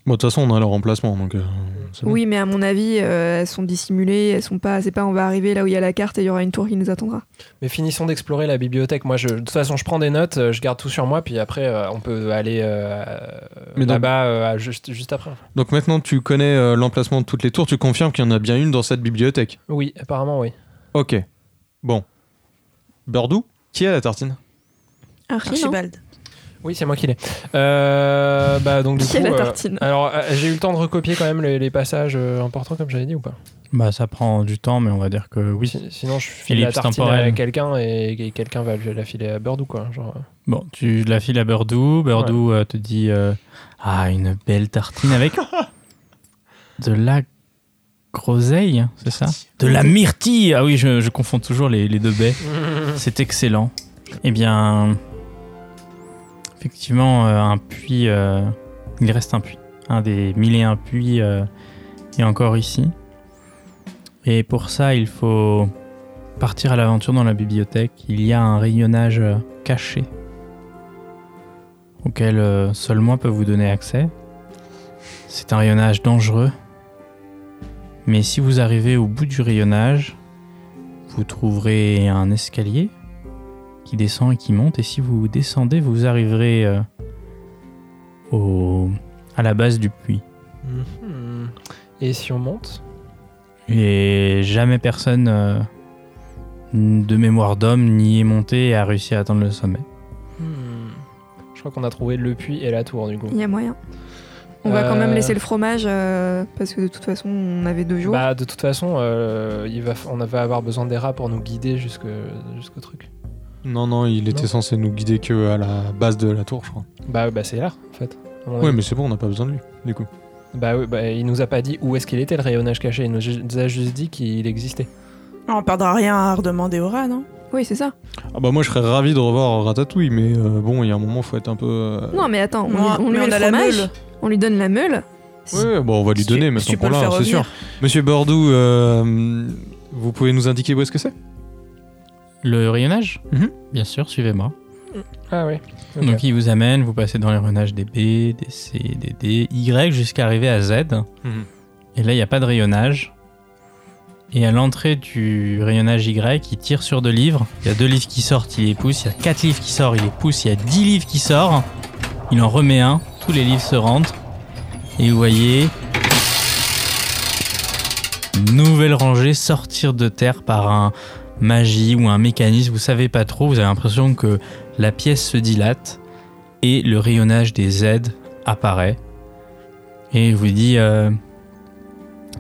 S6: Bon, de toute façon, on a leur emplacement, donc euh, c'est bon.
S4: Oui, mais à mon avis, euh, elles sont dissimulées, elles sont pas. C'est pas on va arriver là où il y a la carte et il y aura une tour qui nous attendra.
S2: Mais finissons d'explorer la bibliothèque. Moi, je, de toute façon, je prends des notes, euh, je garde tout sur moi, puis après, euh, on peut aller euh,
S6: Mais donc-
S2: là-bas euh, à- juste, juste après.
S6: Donc maintenant, tu connais euh, l'emplacement de toutes les tours, tu confirmes qu'il y en a bien une dans cette bibliothèque.
S2: Oui, apparemment, oui.
S6: Ok. Bon. Bordou Qui a la tartine
S4: Archie, non
S7: Archibald.
S2: Oui, c'est moi qui l'ai. Euh, bah, donc, du
S4: Qui a
S2: coup,
S4: la
S2: euh,
S4: tartine
S2: alors, euh, j'ai eu le temps de recopier quand même les, les passages euh, importants, comme j'avais dit, ou pas
S3: Bah, ça prend du temps, mais on va dire que oui.
S2: Si- Sinon, je file
S3: Ellipse
S2: la tartine
S3: temporelle.
S2: à quelqu'un et, et quelqu'un va la filer à Bird ou quoi. Genre, euh.
S3: Bon, tu la files à Birdou. Birdou euh, te dit euh, Ah, une belle tartine avec de la groseille, c'est ça De la myrtille Ah oui, je, je confonds toujours les, les deux baies. C'est excellent. Eh bien, effectivement, euh, un puits. euh, il reste un puits. Un des mille et un puits euh, est encore ici. Et pour ça, il faut partir à l'aventure dans la bibliothèque. Il y a un rayonnage euh, caché auquel euh, seul moi peut vous donner accès. C'est un rayonnage dangereux. Mais si vous arrivez au bout du rayonnage, vous trouverez un escalier qui descend et qui monte. Et si vous descendez, vous arriverez euh, au, à la base du puits.
S2: Mhm. Et si on monte
S3: Et jamais personne euh, de mémoire d'homme n'y est monté et a réussi à atteindre le sommet.
S2: Hmm. Je crois qu'on a trouvé le puits et la tour, du coup.
S4: Il y a moyen. On va quand même
S2: Euh.
S4: laisser le fromage euh, parce que de toute façon, on avait deux jours.
S2: Bah, de toute façon, euh, il va, f- on va avoir besoin des rats pour nous guider jusque, jusqu'au truc.
S6: Non, non, il était
S2: Non.
S6: censé nous guider que à la base de la tour, je crois.
S2: Bah, bah c'est là, en fait. à mon
S6: Ouais,
S2: avis.
S6: mais c'est bon, on n'a pas besoin de lui, du coup.
S2: Bah, oui, bah, il nous a pas dit où est-ce qu'il était le rayonnage caché, il nous ju- nous a juste dit qu'il existait.
S7: On perdra rien à redemander au rat, non
S4: Oui, c'est ça.
S6: Ah bah moi, je serais ravi de revoir Ratatouille, mais euh, bon, il y a un moment, faut être un peu... euh,
S4: Non, mais attends, on,
S7: Moi,
S4: lui- on lui met
S7: mais
S4: le
S7: a la
S4: fromage,
S7: meule.
S4: on lui donne la meule.
S6: Ouais, bon, on va lui
S7: Si tu-
S6: donner,
S7: si tu
S6: maintenant
S7: peux
S6: qu'on
S7: le
S6: l'a,
S7: faire
S6: c'est sûr.
S7: revenir.
S6: Monsieur Bordou, euh, vous pouvez nous indiquer où est-ce que c'est
S3: Le rayonnage
S6: Mhm.
S3: Bien sûr, suivez-moi.
S2: Ah oui. Ok.
S3: Donc il vous amène, vous passez dans les renages des B, des C, des D, Y jusqu'à arriver à Z.
S6: Mhm.
S3: Et là, il n'y a pas de rayonnage. Et à l'entrée du rayonnage Y, il tire sur deux livres. Il y a deux livres qui sortent, il les pousse. Il y a quatre livres qui sortent, il les pousse. Il y a dix livres qui sortent. Il en remet un. Tous les livres se rentrent. Et vous voyez... une Nouvelle rangée sortir de terre par un magie ou un mécanisme, vous savez pas trop, vous avez l'impression que la pièce se dilate et le rayonnage des Z apparaît. Et il vous dit euh,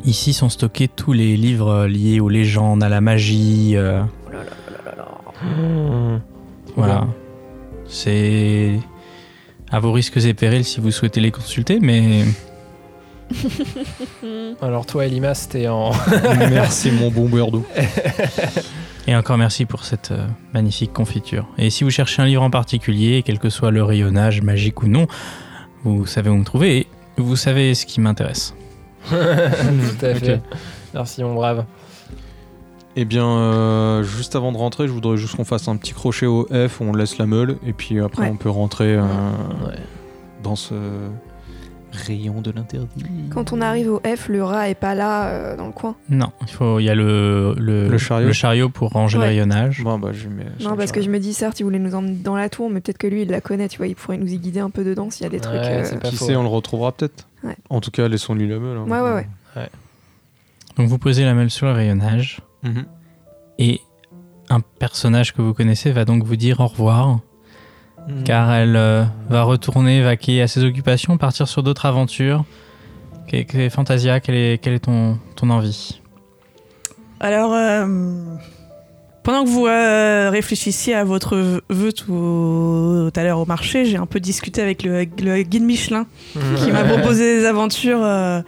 S3: Ici sont stockés tous les livres euh, liés aux légendes, à la magie. euh, voilà. C'est à vos risques et périls si vous souhaitez les consulter, mais
S2: Alors toi, Elima, c'était en...
S6: Merci mon bon Bordeaux.
S3: Et encore merci pour cette euh, magnifique confiture. Et si vous cherchez un livre en particulier, quel que soit le rayonnage, magique ou non, vous savez où me trouver et vous savez ce qui m'intéresse.
S2: Tout à fait.
S6: Ok.
S2: Merci, mon brave.
S6: Eh bien, euh, juste avant de rentrer, je voudrais juste qu'on fasse un petit crochet au F, on laisse la meule, et puis après
S7: Ouais.
S6: on peut rentrer euh,
S2: Ouais.
S6: dans ce rayon de l'interdit.
S4: Quand on arrive au F, le rat est pas là euh, dans le coin.
S3: Non, il faut, il y a le, le,
S6: Le chariot.
S3: pour ranger le
S4: Ouais.
S3: rayonnage.
S6: Bon, bah, je mets-
S4: Non, parce que je me dis, certes, il voulait nous emmener dans la tour, mais peut-être que lui, il la connaît, tu vois, il pourrait nous y guider un peu dedans s'il y a des
S2: Ouais,
S4: trucs. euh,
S2: c'est pas
S6: Qui
S2: faux.
S6: sait, on le retrouvera peut-être.
S4: Ouais.
S6: En tout cas, laissons-lui la meule. hein.
S4: Ouais, ouais, ouais.
S3: Donc vous posez la meule sur le rayonnage
S6: Mhm.
S3: et un personnage que vous connaissez va donc vous dire au revoir
S7: Mm.
S6: Mhm.
S3: car elle euh, va retourner vaquer à ses occupations, partir sur d'autres aventures. Que- que- Fantasia, quelle est, quelle est ton, ton envie
S7: Alors, euh, pendant que vous euh, réfléchissiez à votre v- vœu tout, tout à l'heure au marché, j'ai un peu discuté avec le, le guide Michelin qui m'a proposé des aventures euh,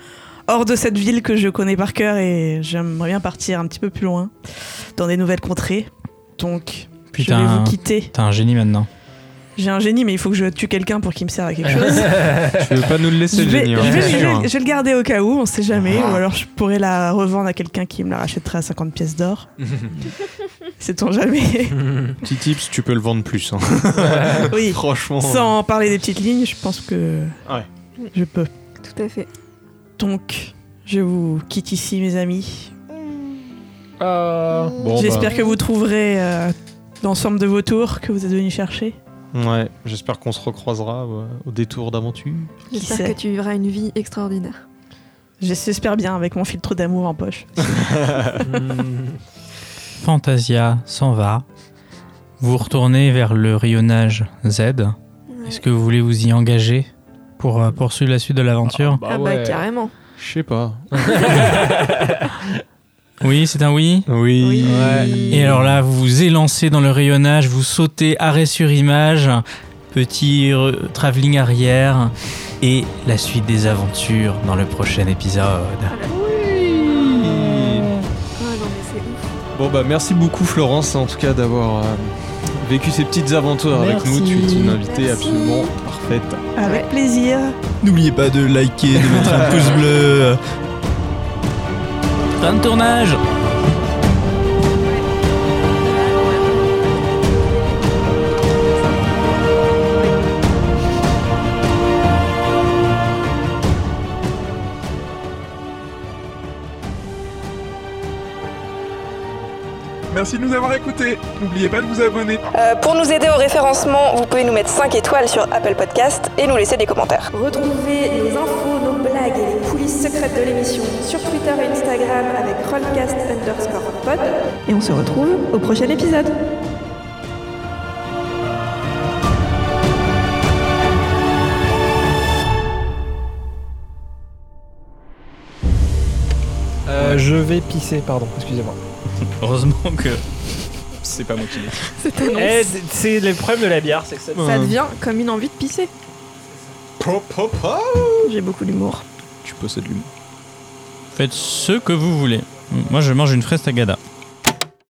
S7: hors de cette ville que je connais par cœur et j'aimerais bien partir un petit peu plus loin dans des nouvelles contrées. Donc,
S3: Putain.
S7: je vais vous quitter.
S3: T'es un génie maintenant.
S7: J'ai un génie, mais il faut que je tue quelqu'un pour qu'il me serve à quelque chose.
S6: Tu veux pas nous le
S7: Je
S6: laisser,
S7: vais,
S6: le génie,
S7: je
S6: hein,
S7: vais-
S6: c'est
S7: je
S6: sûr, Ah. hein.
S7: vais- je vais le garder au cas où, on sait jamais. Ou alors je pourrais la revendre à quelqu'un qui me la rachètera à 50 pièces d'or. Sait-on jamais
S6: Petit tips, tu peux le vendre plus. hein.
S7: Oui.
S6: Franchement.
S7: Sans parler des petites lignes, je pense que
S6: Ouais.
S7: je peux.
S4: Tout à fait.
S7: Donc, je vous quitte ici, mes amis.
S2: Ah.
S6: Bon, bah,
S7: J'espère que vous trouverez euh, l'ensemble de vos tours que vous êtes venus chercher.
S6: euh, Ouais, j'espère qu'on se recroisera ouais, au détour d'aventure.
S4: J'espère
S7: sait
S4: que tu vivras une vie extraordinaire.
S7: J'espère bien avec mon filtre d'amour en poche.
S2: Mm.
S3: Fantasia s'en va. Vous retournez vers le rayonnage Z. Est-ce que vous voulez vous y engager pour euh, poursuivre la suite de l'aventure
S4: ah bah
S2: ouais.
S4: carrément.
S6: Je sais pas.
S7: Ah.
S3: Oui, c'est un oui.
S6: Oui.
S3: Et alors là, vous vous élancez dans le rayonnage, vous sautez arrêt sur image, petit euh, travelling arrière et la suite des aventures dans le prochain épisode.
S4: Ah non, mais c'est ouf.
S6: Bon bah merci beaucoup Florence en tout cas d'avoir euh, vécu ces petites aventures avec nous. Tu es une invitée
S4: Merci.
S6: absolument parfaite.
S7: Avec plaisir.
S3: N'oubliez pas de liker, de mettre
S6: Euh.
S3: un pouce bleu. Fin de tournage
S8: Merci de nous avoir écoutés. N'oubliez pas de vous abonner.
S10: Euh, pour nous aider au référencement, vous pouvez nous mettre 5 étoiles sur Apple Podcast et nous laisser des commentaires.
S11: Retrouvez nos infos, nos blagues et les coulisses secrètes de l'émission sur Twitter et Instagram avec Rollcast underscore pod.
S10: Et on se retrouve au prochain épisode.
S2: Euh, je vais pisser, pardon, excusez-moi.
S3: Heureusement que...
S6: C'est pas moi qui l'ai.
S4: Cette annonce,
S2: Eh, c'est le problème de la bière, c'est que ça...
S4: ça devient comme une envie de pisser.
S7: J'ai beaucoup d'humour.
S6: Tu possèdes l'humour.
S3: Faites ce que vous voulez. Moi, je mange une fraise tagada.